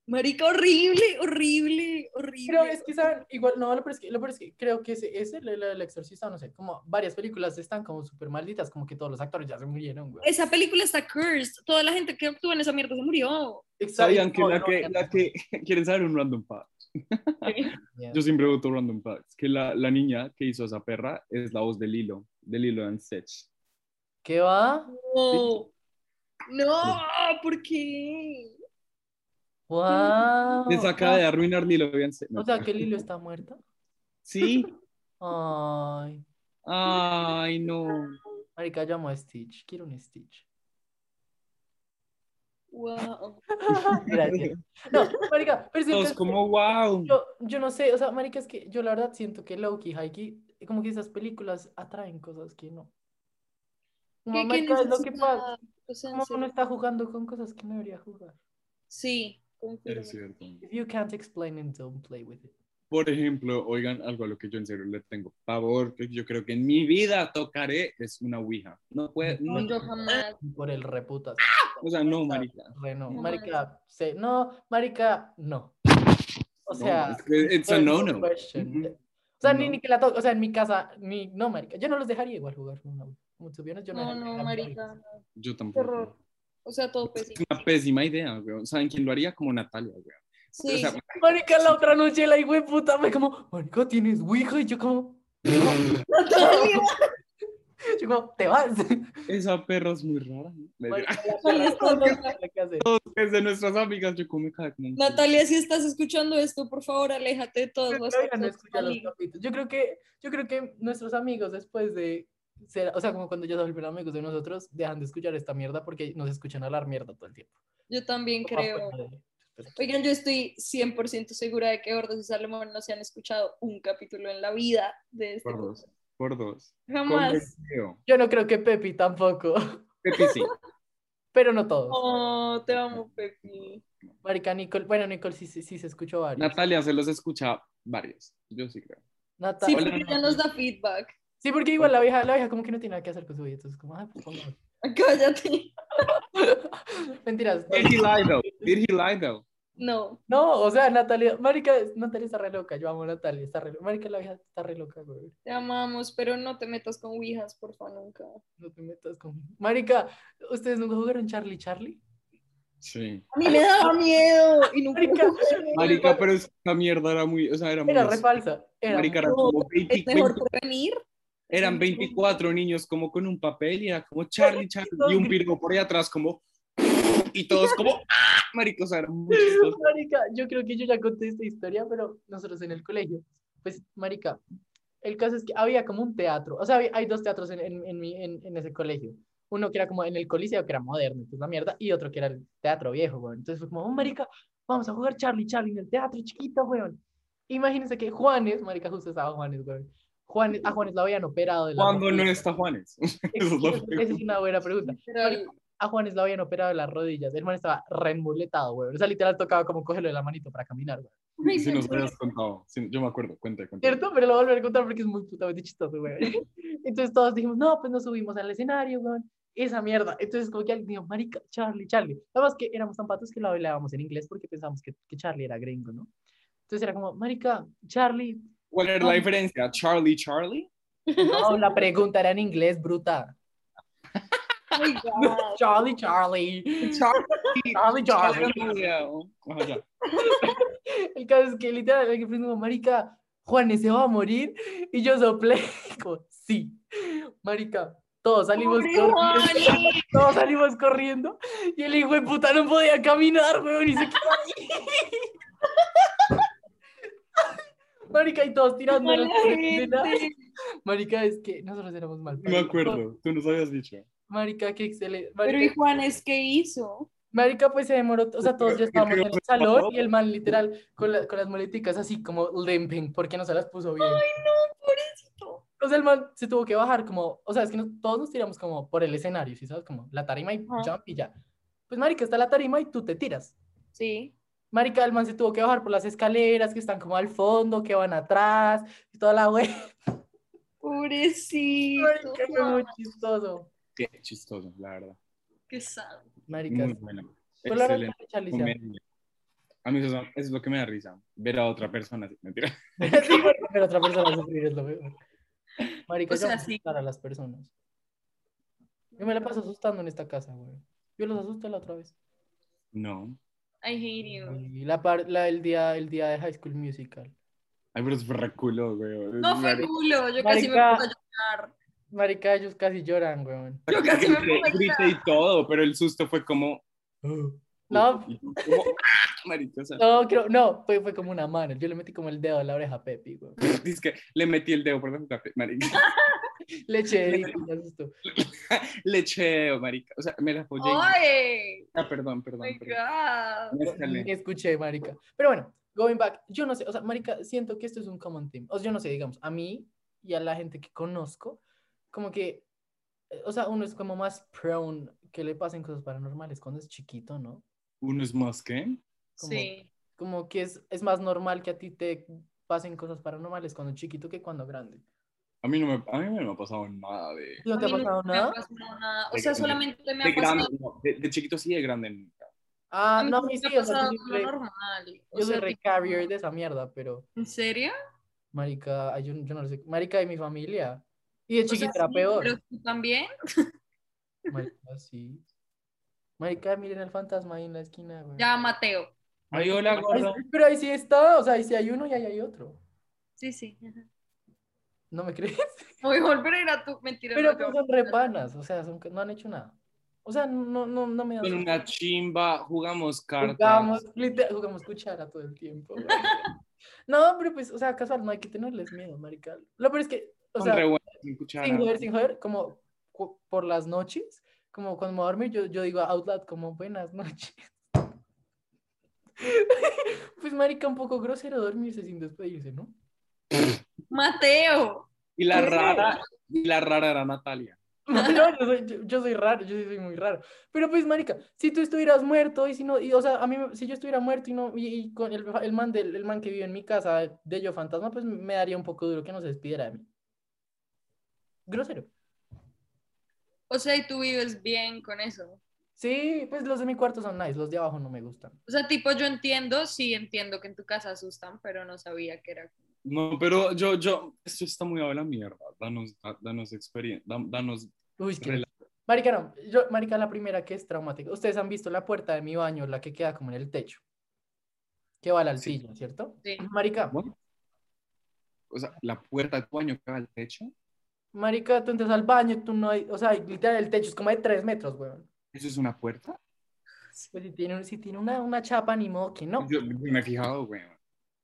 D: Marica, horrible, horrible, horrible.
C: pero es que, ¿saben? Igual, no, lo peor es que, lo peor es que creo que ese, ese el, el exorcista, no sé, como varias películas están como súper malditas, como que todos los actores ya se murieron, weón.
D: Esa película está cursed. Toda la gente que actuó en esa mierda
C: <laughs>
D: se murió.
C: Exacto,
B: Sabían que
C: no,
B: la
C: no,
B: que,
C: ya
B: la
C: no,
B: que <laughs> quieren saber un random fact.
C: mierda.
B: Yo siempre voto random facts. Que la, la niña que hizo esa perra es la voz de Lilo, de Lilo and Stitch.
C: ¿Qué va?
D: No, no ¿por qué?
C: Wow.
B: Les acaba de arruinar Lilo and Stitch. No.
C: Oh, O sea, que Lilo está muerta.
B: Sí.
C: Ay,
B: Ay, no.
C: marica, yo amo a Stitch, quiero un Stitch.
D: Wow.
B: <laughs>
C: Gracias. No, marica, pero sí,
B: Todos
C: entonces,
B: como, Oh, wow.
C: yo, yo no sé, o sea, marica, es que yo la verdad siento que Loki, Haiki, como que esas películas atraen cosas que no. Como,
D: ¿Qué- qué
C: marica, es lo que
D: necesidad?
C: pasa,
D: O sea, en
C: como uno
D: serio.
C: está jugando con cosas que no debería jugar.
D: Sí, confirmo.
B: Es cierto.
C: If you can't explain it, don't play with it.
B: Por ejemplo, oigan, algo a lo que yo en serio le tengo pavor, que yo creo que en mi vida tocaré, es una ouija. No puede, Eh, no,
D: No, yo jamás.
C: Por el reputas.
B: o sea, no, marica.
C: Re ¡Ah! no,
D: No,
C: marica, se- no, marica, no. O
B: No,
C: sea, pues,
B: es que it's a
C: there's no
B: no-no.
C: question.
B: Ujú.
C: O sea, ni,
B: No.
C: ni que la toque, o sea, en mi casa, ni, no, marica, yo no los dejaría igual jugar con una Ouija. Como tú vieras, yo no
D: No,
C: dejaría
D: no,
C: jugar con una
D: marica.
C: Ouija.
D: no.
B: Yo
D: Qué horror.
B: tampoco.
D: O sea, todo
B: Es
D: pésimo.
B: una pésima idea, weón. ¿Saben quién lo haría? Como Natalia, weón.
D: Sí,
B: O sea,
D: sí.
C: Marica, la otra noche la hijo de puta me como, marica, ¿tienes Ouija? Y yo como,
D: Natalia.
C: Yo como, te vas.
B: Esa perra es muy rara. ¿no? Me
C: Bueno,
B: dirá,
C: la perra que hace.
B: Es de nuestras amigas, yo como me cago en un culo.
D: Natalia, si estás escuchando esto, por favor, aléjate de todas las
C: Todavía no escucha los capítulos. Yo creo que, yo creo que nuestros amigos después de ser, o sea, como cuando ya se volvieron amigos de nosotros, dejan de escuchar esta mierda porque nos escuchan hablar mierda todo el tiempo. Ah,
D: Yo también
C: Como
D: creo.
C: afuera de-
D: Oigan, yo estoy 100% segura de que Gordos y Salomón no se han escuchado un capítulo en la vida de este
B: Gordos.
D: podcast.
B: Por dos.
D: Jamás.
B: Convencido.
C: Yo no creo que Pepi tampoco, <laughs>
B: Pepi sí.
C: pero no todos.
D: Oh, te amo, Pepi.
C: Marica, Nicole, bueno, Nicole sí, sí, sí se escuchó varios.
B: Natalia se los escucha varios. Yo sí creo.
C: Nata-
D: Sí,
B: Hola.
D: porque ya nos da feedback. <laughs>
C: Sí, porque igual la vieja, la vieja como que no tiene nada que hacer con su vida, entonces como, ah, pues,
D: <laughs>
C: pongamos.
D: Cállate.
C: Mentiras.
B: Did he lie though? Did he lie though?
D: No.
C: No, o sea, Natalia, Marica, Natalia está re loca, yo amo a Natalia, está re loca. Marica, la vieja está re loca, güey.
D: Te amamos, pero no te metas con Ouijas, porfa, nunca.
C: No te metas con... Marica, ¿ustedes nunca jugaron Charlie Charlie?
B: Sí.
D: A mí me daba miedo. Y nunca
C: Marica,
B: <laughs> Marica, pero esta mierda era muy, o sea, era muy
C: Era re este
B: así.
C: falsa. Era
B: Marica, eran
D: no,
B: como 20
D: es mejor prevenir.
B: eran 24 niños como con un papel y era como Charlie, Charlie, y un piropo por ahí atrás como y todos como ¡ah! Marica, o sea, era muy chistoso.
C: Marica, yo creo que yo ya conté esta historia, pero nosotros en el colegio, pues, Marica, el caso es que había como un teatro, o sea, había- hay dos teatros en, en, en mi- en- en ese colegio. Uno que era como en el Coliseo, que era moderno, entonces la mierda, y otro que era el teatro viejo, weón. Entonces fue como, "Oh, Marica, vamos a jugar Charlie Charlie en el teatro chiquito, weón. Imagínense que Juanes, Marica, justo estaba Juanes, weón. Juanes, a Juanes lo habían operado de <laughs> la
B: Cuando no
C: rodilla.
B: está Juanes. <laughs>
C: Esa
B: Eso es lo peor.
C: es una buena pregunta.
D: Pero el-
C: a Juanes lo habían operado de las rodillas. El man estaba reenmuletado, güey. O sea, literal tocaba como cogerlo de la manito para caminar, güey.
D: Ay,
B: Si
D: <laughs> Dios
B: nos
D: mío.
B: habías contado, Sí, yo me acuerdo, cuenta, cuenta.
C: ¿Cierto? Pero lo volveré a contar porque es muy putamente chistoso, güey. <laughs> Entonces todos dijimos, no, pues nos subimos al escenario, güey. Esa mierda. Entonces, como que alguien dijo, Marica, Charlie, Charlie. Nada más que éramos tan patos que lo hablábamos en inglés porque pensábamos que, que Charlie era gringo, ¿no? Entonces era como, Marica, <laughs> Charlie.
B: ¿Cuál era la diferencia? Charlie, Charlie.
C: No, la pregunta era en inglés, bruta.
D: Ay, God.
C: Charlie, Charlie.
B: Charlie,
C: Charlie, Charlie.
B: Ajá, ya.
C: El caso es que literal, el que fue como, marica, Juanes se va a morir. Y yo soplé, <laughs> como, sí. Marica, todos salimos
D: Pobre
C: corriendo. <laughs> Todos salimos corriendo. Y el hijo de puta no podía caminar, weón, y se quedó ahí. <laughs> Marica, y todos tirándonos. por el
D: Mala
C: escenario.
D: gente.
C: Marica, es que nosotros éramos mal.
B: Me acuerdo, tú nos habías dicho.
C: Marica, qué excelente.
D: Pero
C: Marica,
D: ¿y Juanes qué hizo?
C: Marica, pues se demoró, o sea, todos ya
B: Creo que
C: estábamos en
B: iba
C: el
B: a ser
C: salón
B: pasado.
C: y el man literal con, la- con las muleticas así como limping porque no se las puso bien.
D: Pobrecito.
C: O sea, el man se tuvo que bajar como, o sea, es que nos- todos nos tiramos como por el escenario, ¿sí sabes? Como la tarima y
D: Ajá.
C: jump y ya. Pues marica, está la tarima y tú te tiras.
D: Sí.
C: Marica, el man se tuvo que bajar por las escaleras que están como al fondo, que van atrás y toda la wea.
D: Pobrecito.
C: Marica, fue muy chistoso.
B: Qué chistoso, la verdad.
D: Qué sad.
C: Marica,
B: Muy buena.
D: Pues
C: solo ahora
B: Excelente.
C: Charlie se llama.
B: comedia. A mí eso, eso es lo que me da risa. Ver a otra persona. así, Mentira.
C: <laughs>
B: <laughs>
C: Sí, marica, pero otra persona sufrir es lo peor. Marica,
D: O sea,
C: yo
D: sí.
C: asustar a las personas. Yo me la paso asustando en esta casa, güey. Yo los asusté la otra vez.
B: No.
D: I hate you.
C: Y la, par- la- el, día, el día de High School Musical.
B: Ay, pero es braculo, güey.
D: No fue
B: Marica,
D: culo, yo casi me
C: Marica.
D: pongo a llorar.
C: Marica, ellos casi lloran, güey.
D: Yo casi me
B: grité,
D: pongo a
B: grité y todo, pero el susto fue como.
C: No.
B: y como, <laughs> ah, marica, o sea,
C: No, creo, no, fue, fue como una mano. Yo le metí como el dedo a la oreja a Pepi, <laughs> güey.
B: dice que le metí el dedo por la marica.
D: <laughs>
C: Le eché dedito y me asustó.
B: Lecheo, marica. O sea, me la apoyé.
D: ¡Ay!
B: Ah, perdón, perdón.
D: my
B: perdón.
D: God.
B: Mézcale.
C: Ni escuché, marica. Pero bueno, going back, yo no sé, o sea, marica, siento que esto es un common theme. O sea, yo no sé, digamos, a mí y a la gente que conozco, como que, eh, o sea, uno es como más prone que le pasen cosas paranormales cuando es chiquito, ¿no?
B: Uno es más que.
C: Como,
D: Sí.
C: Como que es, es más normal que a ti te pasen cosas paranormales cuando chiquito que cuando grande.
B: A mí no me, a mí no me ha pasado nada de.
C: ¿No te
D: A
C: ha
D: mí nunca
C: pasado
D: me ha
C: nada?
D: pasado nada. O
B: De
D: sea,
B: grande.
D: solamente me
B: De,
D: ha
B: grande,
D: pasado.
B: no, de, de chiquito sí, de grande nunca.
C: Ah,
D: a mí
C: no, a
D: nunca
C: mí sí,
D: me ha
C: o sea,
D: pasado
C: yo
D: lo
C: soy re-
D: normal. O
C: yo soy
D: sea,
C: re
D: tipo,
C: carrier de esa mierda, pero...
D: ¿En serio?
C: Marica, ay, yo, yo no lo sé. Marica de mi familia. Y de
D: O sea,
C: chiquita era
D: sí,
C: peor.
D: ¿Pero <laughs> tú también?
C: Marica, sí. Marica, miren al fantasma ahí en la esquina, güey.
D: Ya, Mateo.
B: Ay, hola,
C: Ay,
B: gordo.
C: sí, pero ahí sí está, o sea, ahí sí hay uno y ahí hay otro.
D: Sí, sí. ajá.
C: ¿No me crees?
D: Voy a volver a ir a tu
C: <laughs>
D: mentira.
C: Pero
D: no,
C: pues
D: no.
C: son repanas, o sea, son- no han hecho nada. O sea, no, no, no me dan...
B: Con una chimba, jugamos cartas.
C: Jugamos, literal, jugamos cuchara todo el tiempo. güey. <laughs> No, pero pues, o sea, casual, no hay que tenerles miedo, marica. Lo peor es que, o
B: Son
C: sea,
B: re buenos sin cuchara.
C: sin joder, sin joder, como cu- por las noches, como cuando me voy a dormir, yo, yo digo out loud como buenas noches. <laughs> pues, marica, un poco grosero dormirse sin despedirse, ¿no? <laughs>
D: Mateo.
B: Y la rara, y la rara era Natalia.
C: No, yo soy, yo, yo soy raro, yo sí soy muy raro. Pero pues, marica, si tú estuvieras muerto y si no, y, o sea, a mí, me- si yo estuviera muerto y no, y, y con el, el man del, el man que vive en mi casa, de yo fantasma, pues me daría un poco duro que no se despidiera de mí. Grosero.
D: O sea, y tú vives bien con eso.
C: Sí, pues los de mi cuarto son nice, los de abajo no me gustan.
D: O sea, tipo, yo entiendo, sí entiendo que en tu casa asustan, pero no sabía que era.
B: No, pero yo, yo, esto está muy a la mierda. Danos, da- danos experiencia, danos
C: Uy, qué-
B: Rela-
C: Marica, no, yo, marica, la primera que es traumática. Ustedes han visto la puerta de mi baño, la que queda como en el techo. Que va a la
B: Sí.
C: altillo, ¿cierto?
D: Sí.
C: Marica,
B: o sea, la puerta de tu baño que va al techo.
C: marica, tú entras al baño, tú no hay, o sea, literal el techo es como de tres metros, weón.
B: ¿Eso es una puerta?
C: Pues si tiene, un- si tiene una, una chapa, ni modo que no.
B: Yo me he fijado, güey. <laughs>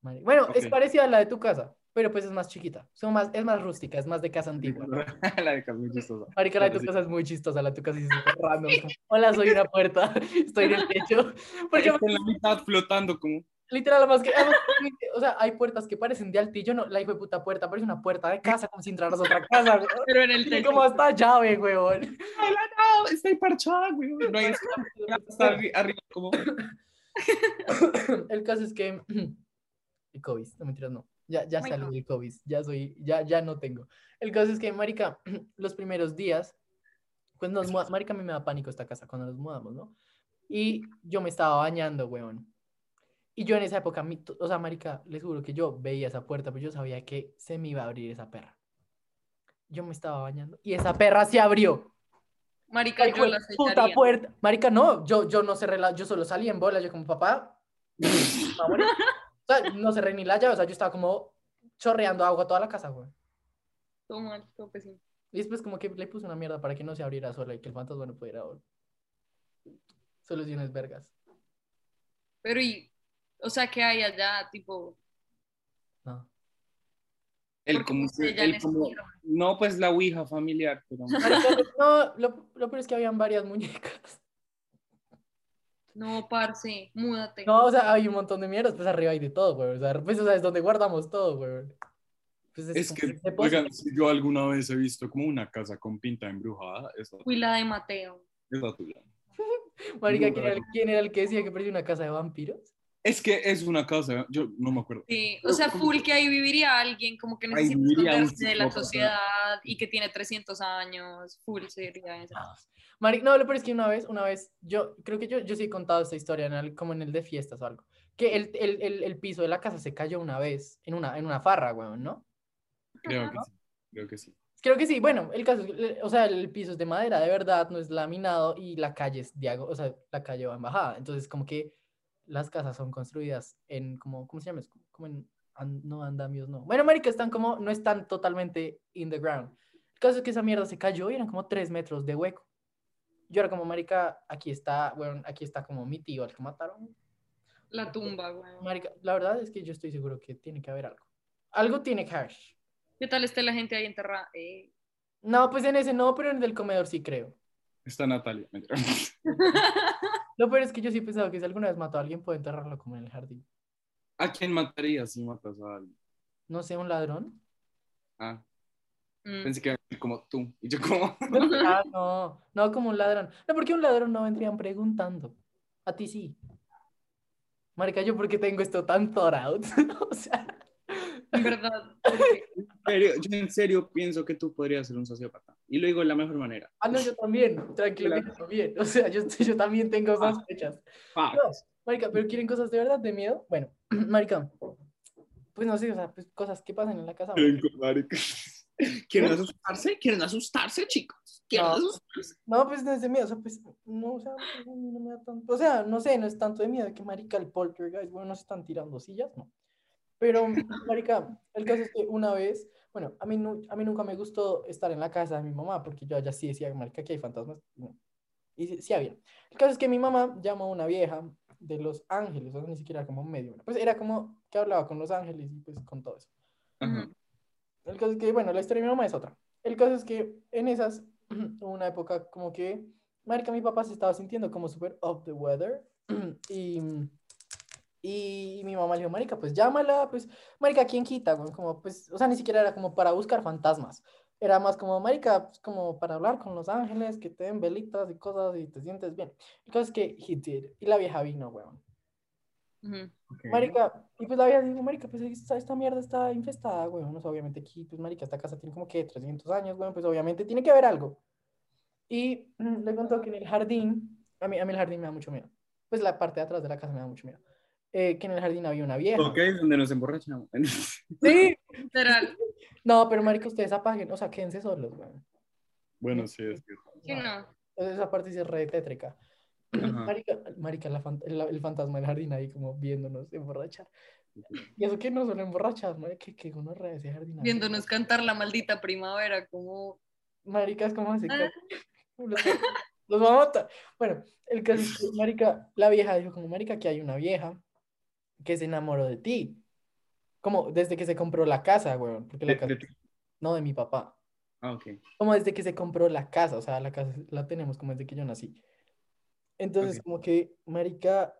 C: Mari- Bueno, es
B: Ok.
C: parecida a la de tu casa, pero pues es más chiquita. Son más, es más rústica, es más de casa antigua.
B: la de Carlos Chistosa.
C: Marica, la de
B: Claro,
C: tu
B: sí.
C: casa es muy chistosa, la de tu casa es súper random. es como, Hola, soy una puerta, <laughs> estoy en el techo. <laughs> Porque
B: Está en la mitad flotando como.
C: literal, además que, además que- o sea, hay puertas que parecen de altillo, no, la hijo de puta puerta parece una puerta de casa como si entraras a otra casa. weón.
D: Pero en el
C: Tiene
D: techo.
C: como hasta llave, weón.
B: No, Ah, está ahí parchada, güey. No hay está arri- arriba como.
C: El caso es que <clears throat> el COVID, no mentiras, no. Ya, ya
D: Oh My
C: salí
D: God.
C: del COVID, ya soy, ya, ya no tengo. El caso es que, marica, <clears throat> los primeros días, pues nos muda- marica, a mí me da pánico esta casa cuando nos mudamos, ¿no? Y yo me estaba bañando, weón. Y yo en esa época, mi- o sea, marica, les juro que yo veía esa puerta, pero yo sabía que se me iba a abrir esa perra. Yo me estaba bañando y esa perra se abrió.
D: Marica, yo la
C: Puta
D: aceitaría.
C: puerta. Marica, no, yo, yo no cerré la, yo solo salí en bola, yo como papá. <laughs> ¿va a morir?". O sea, no cerré ni la llave, o sea, yo estaba como chorreando agua toda la casa, güey.
D: Todo mal, todo pésimo.
C: Y después como que le puse una mierda para que no se abriera sola y que el fantasma no pudiera vol- Soluciones vergas.
D: Pero y, o sea, ¿qué hay allá? Tipo,
C: No.
B: El
D: porque
B: como,
D: ustedes ya
B: el
D: les
B: como-
D: dijeron.
B: No, pues la ouija familiar. <laughs> Pero...
C: Marica, <laughs> no, lo, lo peor es que habían varias muñecas.
D: No, parce, múdate.
C: No, o sea, hay un montón de mierdas, pues arriba hay de todo, güey. O sea, pues, o sea, es donde guardamos todo, güey. Pues
B: Es
C: como
B: que,
C: se posa.
B: oigan, si yo alguna vez he visto como una casa con pinta embrujada, esa,
D: Fui la de Mateo.
B: esa tuya.
C: Marica,
B: no,
C: ¿quién era, el,
B: claro.
C: quién era el que decía que perdió una casa de vampiros?
B: Es que es una casa, yo no me acuerdo.
D: Sí, o sea, full que ahí viviría alguien como que
B: Ahí
D: necesita
B: viviría un
D: esconderse de la
B: psicópata.
D: sociedad y que tiene 300 años. Full sería esa.
C: Mari, no, lo peor es que una vez, una vez, yo creo que yo, yo sí he contado esta historia en el- como en el de fiestas o algo, que el, el, el, el piso de la casa se cayó una vez en una, en una farra, weón, ¿no?
B: Creo que sí. Creo que sí.
C: Creo que sí, bueno, el caso, es que, eh, o sea, el piso es de madera, de verdad, no es laminado y la calle es diago, o sea, la calle va en bajada, entonces como que las casas son construidas en como, ¿cómo se llama? eso? Como en, an- no andamios, no. Bueno, marica, están como, no están totalmente in the ground. El caso es que esa mierda se cayó y eran como tres metros de hueco. Yo era como, marica, aquí está, bueno, aquí está como mi tío, al que mataron.
D: La tumba, güey.
C: Marica, la verdad es que yo estoy seguro que tiene que haber algo. Algo tiene que haber.
D: ¿Qué tal esté la gente ahí enterrada? Eh. <laughs>
C: No, pues en ese no, pero en el del comedor sí creo.
B: Está Natalia. mentira.
C: Lo peor es que yo sí he pensado que si alguna vez mató a alguien, puede enterrarlo como en el jardín.
B: ¿A quién mataría si matas a alguien?
C: No sé, un ladrón.
B: Ah,
D: Mm.
B: pensé que iba a decir como tú. Y yo como... <laughs>
C: Ah, no, no como un ladrón. No, porque un ladrón no vendrían preguntando. A ti sí. Marica, yo porque tengo esto tan torado. <laughs> o sea,
D: En verdad. porque-
B: En serio, yo en serio pienso que tú podrías ser un sociópata. Y lo digo de la mejor manera.
C: ah, no, yo también. Tranquilo, que yo también. O sea, yo, yo también tengo sospechas.
B: Fuck.
C: No, Marica, pero quieren cosas de verdad de miedo. Bueno, <clears throat> Marica, pues no sé, o sea, pues cosas que pasan en la casa.
B: Quieren comer y- ¿Quieren asustarse? ¿Quieren asustarse, chicos? ¿Quieren
C: No.
B: asustarse?
C: No, pues no es de miedo, o sea, pues no, o sea, pues, a mí no me da tanto. O sea, no sé, no es tanto de miedo que marica el poltergeist, bueno, no se están tirando sillas, no. Pero, marica, el caso es que una vez, bueno, a mí, nu- a mí nunca me gustó estar en la casa de mi mamá, porque yo allá sí decía, marica, que hay fantasmas. no. Y sí, sí había. El caso es que mi mamá llamó a una vieja de Los Ángeles, o sea, ni siquiera era como medio, pues era como que hablaba con Los Ángeles y pues con todo eso.
B: Ajá.
D: Ujú.
C: El caso es que, bueno, la historia de mi mamá es otra. El caso es que en esas, <clears throat> hubo una época como que, marica, mi papá se estaba sintiendo como súper off the weather. <clears throat> y, y mi mamá le dijo, marica, pues llámala, pues, marica, ¿quién quita? güey? Como, pues, o sea, ni siquiera era como para buscar fantasmas. Era más como, marica, pues, como para hablar con los ángeles, que te den velitas y cosas y te sientes bien. El caso es que he did. Y la vieja vino, weón.
D: Ujú.
B: Ok.
C: Marica, y pues la vieja dijo, marica, pues esta, esta mierda está infestada, güey, no sé, obviamente aquí, pues marica, esta casa tiene como que 300 años, güey, pues obviamente tiene que haber algo. Y mm, le contó que en el jardín, a mí, a mí el jardín me da mucho miedo, pues la parte de atrás de la casa me da mucho miedo, eh, que en el jardín había una vieja.
B: Ok, donde nos emborrachamos. <laughs>
C: Sí.
D: Literal.
C: No, pero marica, ustedes apaguen, o sea, quédense solos, güey.
B: bueno, sí, es que.
D: Sí, no.
C: Entonces, esa parte sí es re tétrica.
B: Ajá.
C: Marica, marica, la fan- la- el fantasma del jardín ahí como viéndonos emborrachar. Y eso que no solo emborrachar, marica, que, que uno re ese jardín.
D: Viéndonos cantar la maldita primavera, como.
C: Maricas, ¿cómo se
D: Ah.
C: Los, los va a matar. Bueno, el caso es que, marica, la vieja dijo como, marica, que hay una vieja que se enamoró de ti. Como desde que se compró la casa, weón. Porque la
B: De-
C: casa,
B: de-
C: no de mi papá.
B: Ah, ok.
C: Como desde que se compró la casa, o sea, la casa la tenemos como desde que yo nací. Entonces,
B: Ok.
C: como que, marica,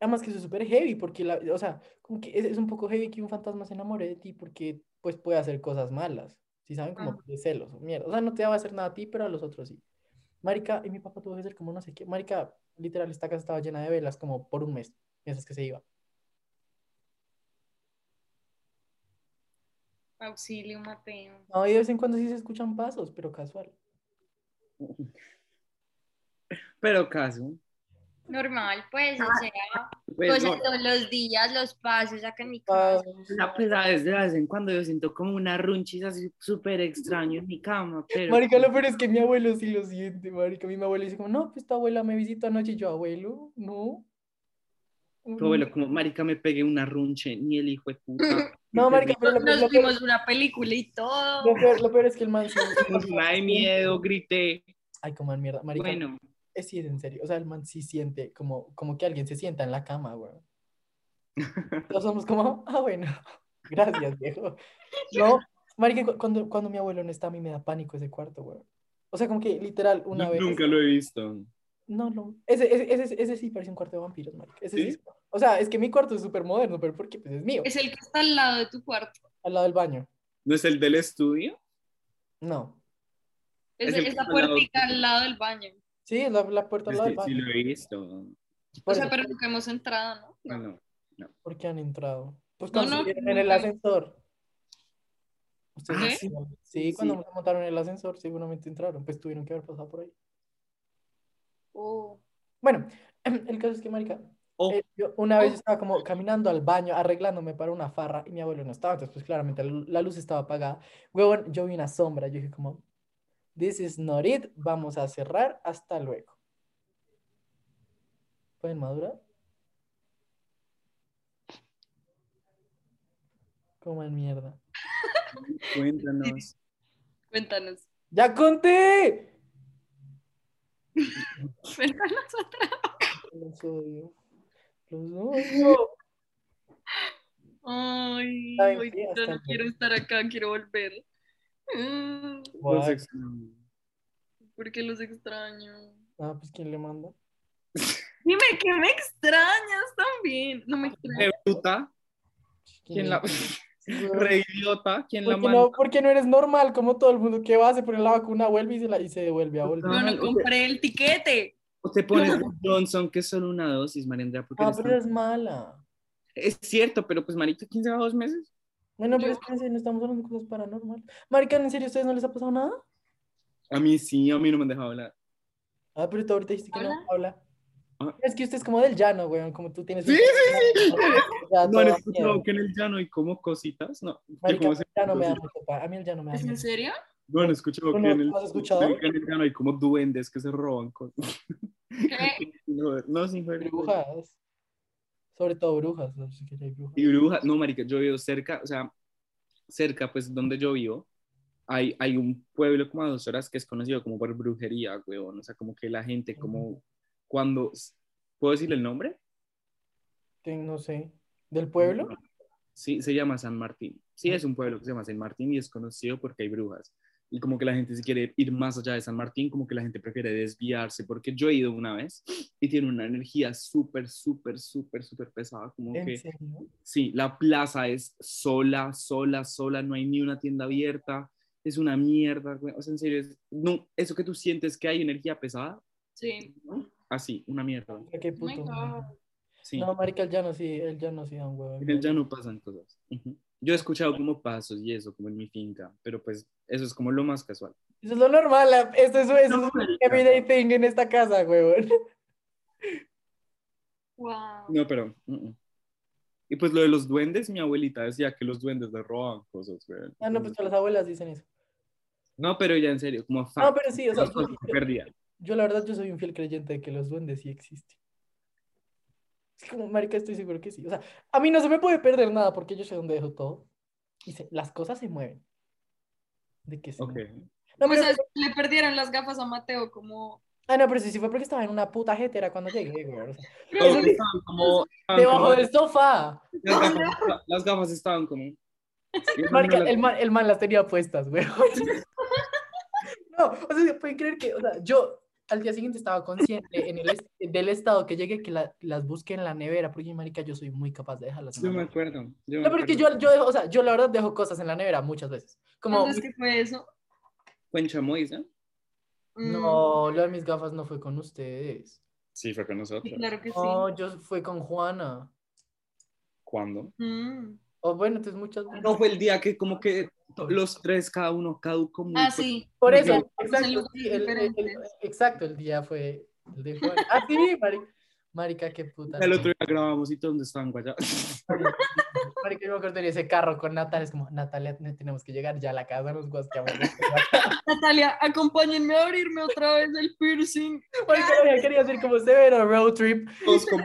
C: además que eso es súper heavy, porque, la, o sea, como que es, es un poco heavy que un fantasma se enamore de ti porque, pues, puede hacer cosas malas, si saben, como
D: Ajá.
C: de celos o mierda. O sea, no te va a hacer nada a ti, pero a los otros sí. Marica, y mi papá tuvo que hacer como no sé qué. Marica, literal, esta casa estaba llena de velas como por un mes, mientras que se iba.
D: Auxilio, Mateo.
C: No, y de vez en cuando sí se escuchan pasos, pero casual.
B: Pero caso.
D: Normal, pues, o sea,
B: pues,
D: cosas
B: no, Ah,
D: todos los días, los pasos acá en mi casa.
C: Pasos.
B: la pesa es de vez en cuando yo siento como una runchis así súper extraño en mi cama, pero.
C: Marica, lo peor es que mi abuelo sí lo siente, marica. Mi abuelo dice como, no, pues tu abuela me visitó anoche. Y yo, abuelo, no.
B: Tu abuelo, como, marica, me pegué una runche, ni el hijo de puta.
C: <laughs>
B: <laughs>
C: No, marica,
B: pues
C: pero lo,
D: Nos
C: lo peor,
D: vimos una película y todo.
C: lo peor- lo peor es que el
B: <laughs>
C: man sí...
B: Una de miedo, grité.
C: Ay, coman mierda, marica.
B: Bueno,
C: eh, sí, es en serio. O sea, el man sí siente como, como que alguien se sienta en la cama, güey. Todos somos como, ah, bueno, <laughs> gracias, viejo. No, marica, cu- cuando, cuando mi abuelo no está, a mí me da pánico ese cuarto, güey. O sea, como que literal, una
B: yo
C: vez...
B: nunca lo he visto.
C: No, no. Ese, ese, ese, ese sí parece un cuarto de vampiros, marica. Ese sí.
B: ¿Sí?
C: es- O sea, es que mi cuarto es súper moderno, pero porque pues, es mío,
D: Es el que está al lado de tu cuarto.
C: al lado del baño.
B: ¿No es el del estudio?
C: No.
D: Es,
B: Es el que
D: esa
B: está al lado
D: puertica
B: tuyo.
D: al lado del baño.
C: Sí, es la, la puerta al
B: Pues
C: lado
B: Sí,
C: del baño.
B: sí lo he visto.
C: Por
D: O sea,
C: eso,
D: pero nunca hemos entrado, ¿no?
B: Ah, no.
C: ¿Por qué han entrado? Pues
D: No,
C: cuando se
D: no,
C: vieron en el
D: nunca.
C: ascensor. Ustedes
D: ¿Ah,
C: no
D: sí?
C: saben. Sí, cuando se montaron en el ascensor, seguramente entraron, pues tuvieron que haber pasado por ahí.
D: Oh.
C: Bueno, <clears throat> el caso es que, marica,
B: Oh.
C: eh, yo una vez estaba como caminando al baño, arreglándome para una farra, y mi abuelo no estaba, entonces pues claramente la, lu- la luz estaba apagada. Huevón, yo vi una sombra, yo dije como, this is not it, vamos a cerrar, hasta luego. ¿Pueden madurar? Coman mierda. <laughs>
B: Cuéntanos.
D: Cuéntanos.
C: ¡Ya conté!
D: Cuéntanos otra.
C: Los odio. Los odio.
D: Ay,
C: Ay,
D: hoy
C: sí,
D: yo
C: hasta
D: no
C: luego.
D: quiero estar acá, quiero volver. Mm,
B: Los
C: Guay.
B: extraño.
D: Porque los extraño.
C: Ah, pues ¿quién le manda?
D: Dime que me extrañas también. No me extrañas.
B: Eh, puta, ¿Quién
C: le
B: la- <laughs>
C: manda?
B: re idiota, ¿quién la
C: Porque
B: manda?
C: no, porque no eres normal, como todo el mundo que va, se pone la vacuna, vuelve y se, la, y se devuelve a volver.
D: Yo no compré el tiquete.
B: O
C: <laughs>
B: te pones Johnson, que es solo una dosis, María Andrea, porque
C: Ah,
B: eres
C: pero eres mala.
B: Es cierto, pero pues marica, ¿quién se va dos meses?
C: Bueno, pero
D: Yo-
C: es que en serio, no estamos hablando de cosas paranormales. Marica, ¿en serio a ustedes no les ha pasado nada?
B: A mí sí, a mí no me han dejado hablar.
C: Ah, pero tú ahorita dijiste que
D: Hola.
C: no habla.
B: Ah.
C: Es que usted es como del llano, weón, como tú tienes...
B: Sí,
C: un-
B: sí, sí.
C: <laughs> Ya,
B: No
C: todo
B: han
C: da
B: escuchado
C: miedo.
B: que en el llano hay como cositas, no. que
C: Marica,
B: como
C: a mí
B: se-
C: el llano me da mucho pa- A mí el llano me da
D: ¿Es en
C: miedo.
D: serio?
B: No han escuchado
C: ¿Tú
B: que
C: no
B: en el,
C: has escuchado?
B: que en el llano hay como <laughs> duendes que se roban cosas.
D: ¿Qué?
B: No, no, sin joder.
C: Brujas. Sobre todo brujas, no sé si hay brujas.
B: Y brujas, no, marica, yo vivo cerca, o sea, cerca, pues, donde yo vivo, hay, hay un pueblo como a dos horas que es conocido como por brujería, huevón. O sea, como que la gente, como cuando, ¿puedo decir el nombre?
C: Ten- No sé. ¿Del pueblo?
B: Sí, se llama San Martín. Sí, es un pueblo que se llama San Martín y es conocido porque hay brujas. Y como que la gente se quiere ir más allá de San Martín, como que la gente prefiere desviarse, porque yo he ido una vez y tiene una energía súper, súper, súper, súper pesada, como
C: ¿En
B: que
C: serio?
B: Sí, la plaza es sola, sola, sola, no hay ni una tienda abierta, es una mierda, güey. O sea, en serio, es- no, eso que tú sientes que hay energía pesada,
D: Sí.
B: así, una mierda.
C: Mira Qué
D: Oh my
C: puto.
D: God.
B: Sí,
C: No, marica, el llano sí, el llano sí da un huevo.
B: en el llano pasan cosas. Ujú. Yo he escuchado como pasos y eso, como en mi finca, pero pues eso es como lo más casual.
C: Eso es lo normal, la- esto es, eso es un
B: marica.
C: everyday thing en esta casa, huevón.
D: Wow.
B: No, pero... mm, mm. Y pues lo de los duendes, mi abuelita decía que los duendes le roban cosas, güey.
C: Ah, no, pues todas las abuelas dicen eso.
B: No, pero ya en serio, como fan.
C: No, pero sí, o sea, yo,
B: perdida.
C: yo la verdad, yo soy un fiel creyente de que los duendes sí existen. Es como, marica, estoy seguro que sí. O sea, a mí no se me puede perder nada porque yo sé dónde dejo todo. Y se- las cosas se mueven. ¿De qué se
B: Ok.
C: mueven? No,
D: Pues
C: pero-
D: es- le perdieron las gafas a Mateo como...
C: ah, no, pero sí, sí fue porque estaba en una puta jetera cuando llegué, güey. o sea,
B: Como que estaban como- estaban
C: debajo
B: como-
C: del sofá.
B: Las gafas, las gafas estaban como.
C: <laughs> Marica, el man, el man las tenía puestas, güey. <laughs> No, o sea, pueden creer que, o sea, yo al día siguiente estaba consciente en el est- del estado que llegué que la- las busqué en la nevera, porque, marica, yo soy muy capaz de dejarlas en la
B: Yo me
C: nevera.
B: acuerdo. Yo me
C: No, porque
B: acuerdo.
C: yo, yo dejo, o sea, yo la verdad dejo cosas en la nevera muchas veces. Como,
D: ¿Entonces qué fue eso?
B: Fue en Chamois, ¿no?
D: Mm,
C: no, lo de mis gafas no fue con ustedes.
B: Sí, fue con nosotros.
D: sí, Claro que sí.
C: No, yo fue con Juana.
B: ¿Cuándo?
D: Mm.
C: O bueno, entonces muchas veces.
B: No fue el día que, como que to- los tres, cada uno caducó muy.
C: pues
D: Ah, sí.
C: Por eso,
B: Porque
D: en
C: exacto,
D: lugares
C: sí, el, el- el-
D: diferentes.
C: exacto, el día fue el de Juan. Ah, sí, mari- marica, qué puta.
B: El otro día grabamos y todos donde estaban guayados.
C: <laughs> Marica, yo me acuerdo de ese carro con Natalia, es como, Natalia, ne- tenemos que llegar ya a la casa, nos guasqueamos.
D: Natalia, acompáñenme a abrirme otra vez el piercing.
C: Marica, lo que quería hacer como severo road trip.
B: Todos como.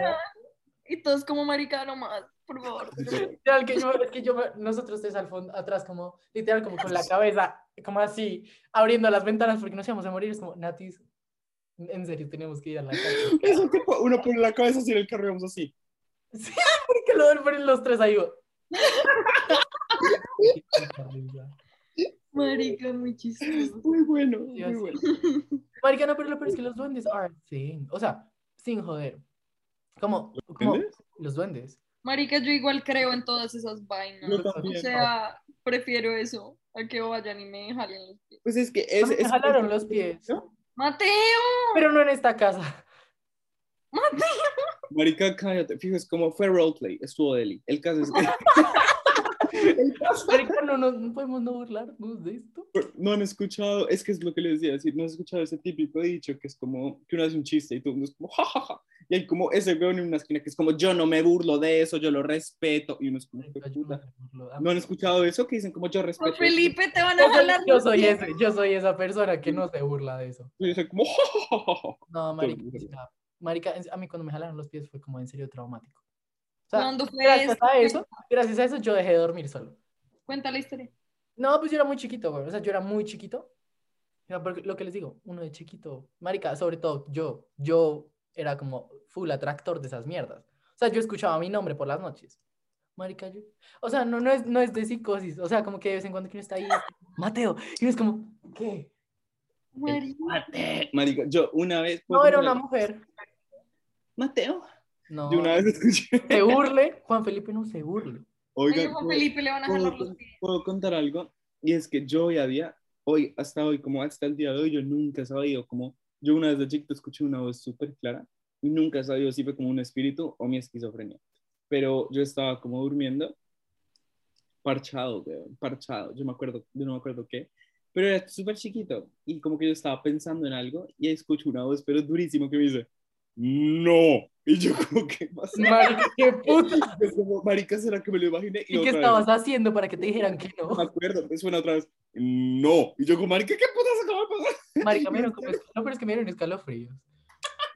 D: Y todos como maricano más, por favor.
C: Literal, que yo, que yo, nosotros tres al fondo, atrás, como, literal, como con la cabeza, como así, abriendo las ventanas porque nos íbamos a morir, es como, Natis, en serio, tenemos que ir a la casa.
B: Eso que po- uno pone la cabeza así en el carro y vamos así.
C: Sí, porque lo ven poner los tres ahí. güey. Qué puta risa.
D: Marica, muy chistoso.
B: Muy bueno,
C: Sí,
B: muy
C: así.
B: bueno.
C: Marica, no, pero lo peor es que los duendes are a thing. O sea, sin joder. Como, como
B: duendes?
C: los duendes.
D: Marica, yo igual creo en todas esas vainas.
B: Yo
D: O
B: también.
D: sea, prefiero eso a que vayan y me jalen los pies.
B: Pues es que
C: A
B: es.
C: mí me
B: es-
C: jalaron los pies.
B: ¿No?
D: ¡Mateo!
C: <laughs> Pero no en esta
B: <laughs>
C: casa.
D: ¡Mateo!
B: Marica, cállate. Fijo, es como fue roleplay. Estuvo Deli. El caso
C: <laughs>
B: es que. el caso
C: Marica, no, no, no podemos no burlarnos de esto.
B: No han escuchado, es que es lo que les decía, decir, no han escuchado ese típico dicho que es como que uno hace un chiste y todo el mundo es como jajaja. Y hay como ese weón en una esquina que es como yo no me burlo de eso, yo lo respeto. Y uno es como,
C: Marica,
B: "Hijo de
C: yo no
B: puta".
C: me burlo.
B: ¿No han escuchado eso? Que dicen como yo respeto.
D: Por
C: Pues
B: eso"?
D: Felipe, te van a
C: Yo soy-
D: jalar
C: Yo
D: los
C: soy,
D: pies.
C: ese, yo soy esa persona que no se burla de eso.
B: Y yo soy como jajaja.
C: No, marica,
B: burlas.
C: o sea, marica, en- a mí cuando me jalaron los pies fue como en serio traumático. O sea,
D: ¿Cuándo fue
C: gracias
D: eso?
C: a eso, gracias a eso yo dejé de dormir solo.
D: Cuenta la historia.
C: No, pues yo era muy chiquito, güey. O sea, yo era muy chiquito. Era porque- lo que les digo, uno de chiquito, marica, sobre todo yo, yo era como full atractor de esas mierdas. O sea, yo escuchaba mi nombre por las noches. Marica, yo. O sea, no, no, es, no es de psicosis. O sea, como que de vez en cuando que uno está ahí, es como, Mateo. Y uno es como, ¿qué?
D: Marica.
B: Marica, yo una vez.
C: No, era una mujer.
B: Mateo.
C: No.
B: Yo una vez <laughs> escuché.
C: Se burle, Juan Felipe no se burle.
D: Oye,
B: Oigan,
D: Juan
B: ¿puedo-
D: Felipe, le van a jalar los
B: ¿puedo,
D: pies.
B: puedo contar algo? Y es que yo hoy a día, hoy, hasta hoy, como hasta el día de hoy, yo nunca he sabido como, yo una vez de chiquito escuché una voz súper clara y nunca he sabido si fue como un espíritu o mi esquizofrenia. Pero yo estaba como durmiendo, parchado, weón, parchado, yo me acuerdo, yo no me acuerdo qué, pero era súper chiquito y como que yo estaba pensando en algo y ahí escucho una voz, pero durísimo, que me dice, no. Y yo como <laughs> que más...
C: Marica, qué puta.
B: Yo como, marica, ¿será que me lo imaginé?
C: ¿Y qué
B: otra vez.
C: estabas haciendo para que te dijeran que
B: No me
C: no?
B: acuerdo, me suena otra vez. No. Y yo como, marica, ¿qué putas acaba de pasar?
C: Marica, me dieron como escal- no, pero es que me dieron escalofríos.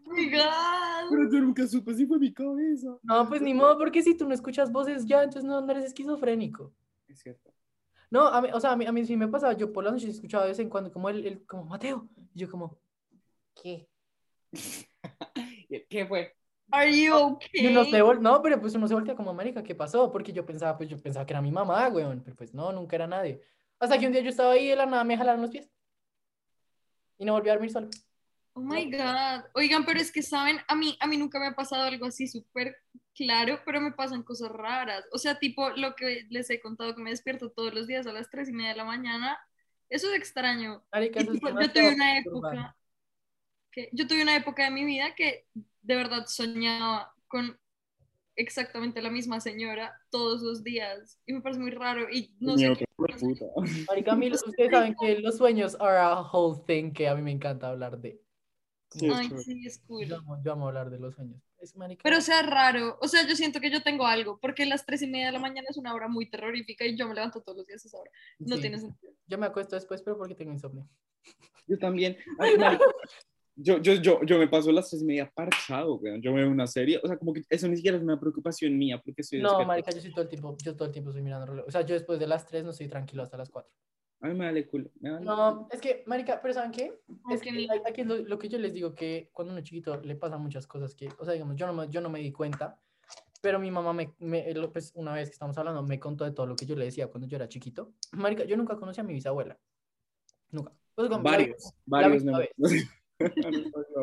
D: Oh my God.
B: Pero yo nunca supe si fue mi cabeza.
C: No, pues ni modo, porque si tú no escuchas voces ya, entonces no, no eres esquizofrénico.
B: Es cierto.
C: No, a mí, o sea, a mí, a mí sí me pasaba, yo por la noche escuchaba de vez en cuando como el, el- como Mateo, y yo como, ¿qué?
B: ¿Qué fue?
D: Are you
C: Y
D: okay?
C: uno se vol- no, pero pues uno se voltea como, marica, ¿qué pasó? Porque yo pensaba, pues yo pensaba que era mi mamá, weón, pero pues no, nunca era nadie. Hasta que un día yo estaba ahí y de la nada me jalaron los pies. Y no volví a dormir solo.
D: Oh my God. Oigan, pero es que saben, a mí, a mí nunca me ha pasado algo así súper claro, pero me pasan cosas raras. O sea, tipo lo que les he contado que me despierto todos los días a las tres y media de la mañana. Eso es extraño.
C: Marica,
D: Y
C: eso es
D: tipo, yo
C: demasiado
D: tuve una
C: perturbante.
D: época que yo tuve una época de mi vida que de verdad soñaba con exactamente la misma señora todos los días y me parece muy raro y no sé qué-
B: puta. <laughs>
C: Marica, a mí los- ustedes saben que los sueños are a whole thing que a mí me encanta hablar de.
B: Sí, es
D: Ay,
B: chévere.
D: sí, es cool.
C: Yo amo, yo amo hablar de los sueños. Es marica.
D: Pero o sea raro, o sea, yo siento que yo tengo algo, porque las tres y media de la mañana es una hora muy terrorífica y yo me levanto todos los días a esa hora. No
C: Sí.
D: tiene sentido.
C: Yo me acuesto después, pero porque tengo insomnio.
B: Yo también. Ay, marica, yo, yo, yo, yo me paso las tres y media parchado, weón. Yo veo una serie. O sea, como que eso ni siquiera es una preocupación mía porque soy
C: No,
B: despierto.
C: marica, yo soy todo el tiempo, yo todo el tiempo estoy mirando el reloj. O sea, yo después de las 3 no estoy tranquilo hasta las 4.
B: A mí me vale culo. Me vale.
C: No, es que, marica, pero ¿saben qué? Es
D: Aunque
C: que
D: mi-
C: aquí es lo, lo que yo les digo, que cuando uno es chiquito le pasan muchas cosas que, o sea, digamos, yo no me, yo no me di cuenta, pero mi mamá, me, me- lo- pues una vez que estamos hablando, me contó de todo lo que yo le decía cuando yo era chiquito. Marica, yo nunca conocí a mi bisabuela. Nunca. Pues, como- la-
B: Varios, varios.
C: la
B: me- <laughs>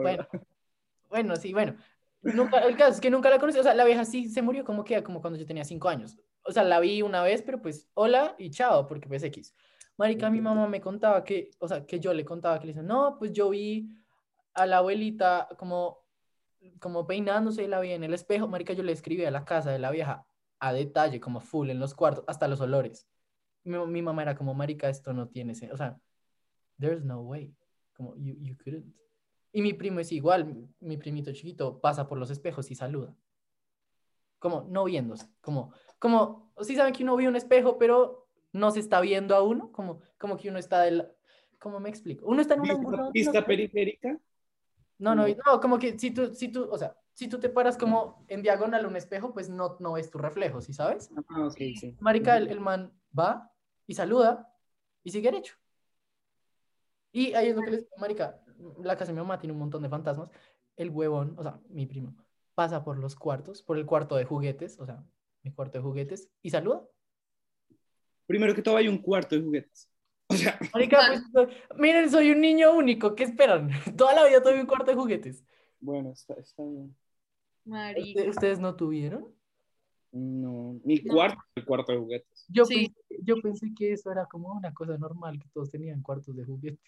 C: Bueno, bueno, sí, bueno. Nunca, el caso es que nunca la conocí. O sea, la vieja sí se murió como que como cuando yo tenía cinco años. O sea, la vi una vez, pero pues hola y chao, porque pues X. Marica, mi mamá me contaba que, o sea, que yo le contaba que le dice, no, pues yo vi a la abuelita como, como peinándose y la vi en el espejo. Marica, yo le escribí a la casa de la vieja a detalle, como full en los cuartos, hasta los olores. Mi, mi mamá era como, marica, esto no tiene, sen- o sea, there's no way. Como, you, you couldn't. Y mi primo es igual, mi primito chiquito pasa por los espejos y saluda. Como no viéndose, como, como, sí saben que uno ve un espejo, pero no se está viendo a uno, como, como que uno está del, ¿cómo me explico? Uno está en un ángulo.
B: Vista,
C: no
B: vista
C: sé.
B: periférica.
C: No, no, no, como que si tú, si tú, o sea, si tú te paras como en diagonal a un espejo, pues no, no ves tu reflejo, ¿sí sabes?
B: Ah, ok, sí.
C: Marica, el, el man va y saluda y sigue derecho. Y ahí es lo que les Marica, la casa de mi mamá tiene un montón de fantasmas. El huevón, o sea, mi primo, pasa por los cuartos, por el cuarto de juguetes, o sea, mi cuarto de juguetes, y saluda.
B: Primero que todo, hay un cuarto de juguetes. O sea,
C: Marica, pues, soy- miren, soy un niño único, ¿qué esperan? <laughs> Toda la vida tuve un cuarto de juguetes.
B: bueno, está, está bien.
D: Marica.
C: ¿Ustedes ustedes no tuvieron?
B: No, mi
D: No.
B: cuarto, el cuarto de juguetes.
C: Yo,
D: Sí.
C: pensé, yo pensé que eso era como una cosa normal, que todos tenían cuartos de juguetes.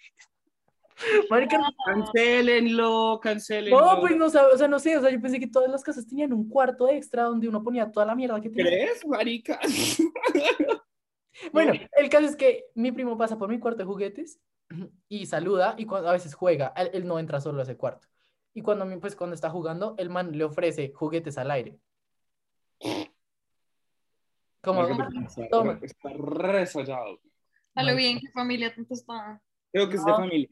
C: <laughs> Marica,
B: Cancelenlo, cancelenlo.
C: Ah, No, pues no, sab- o sea, no sé, o sea, yo pensé que todas las casas tenían un cuarto extra donde uno ponía toda la mierda que tenía.
B: ¿Crees, marica?
C: Bueno, el caso es que mi primo pasa por mi cuarto de juguetes <clears throat> y saluda y cuando, a veces juega, él, él no entra solo a ese cuarto. Y cuando, mi- pues, cuando está jugando, el man le ofrece juguetes al aire. Como,
B: Marica, pero está-
C: <laughs> Toma.
B: Está re soñado.
D: A lo
C: Marica.
D: bien, qué familia tanto está.
B: Creo que es de
C: No.
B: familia.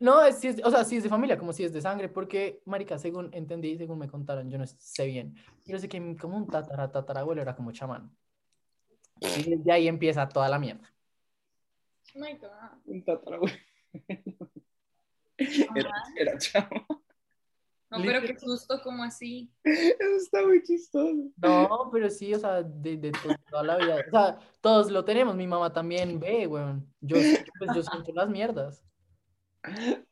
C: No, es, sí es- o sea, sí es de familia, como si es de sangre, porque, marica, según entendí, según me contaron, yo no sé bien, yo sé que mi- como un tatara, tatarabuelo era como chamán. Y desde ahí empieza toda la mierda.
D: Oh my God.
B: Un tatarabuelo.
C: <laughs>
B: Era, era chavo. <laughs>
D: No, pero qué susto, como así.
B: Eso está muy chistoso. <laughs>
C: No, pero sí, o sea, de, de to- toda la vida, o sea, todos lo tenemos, mi mamá también ve, weón, yo, pues, yo siento las mierdas.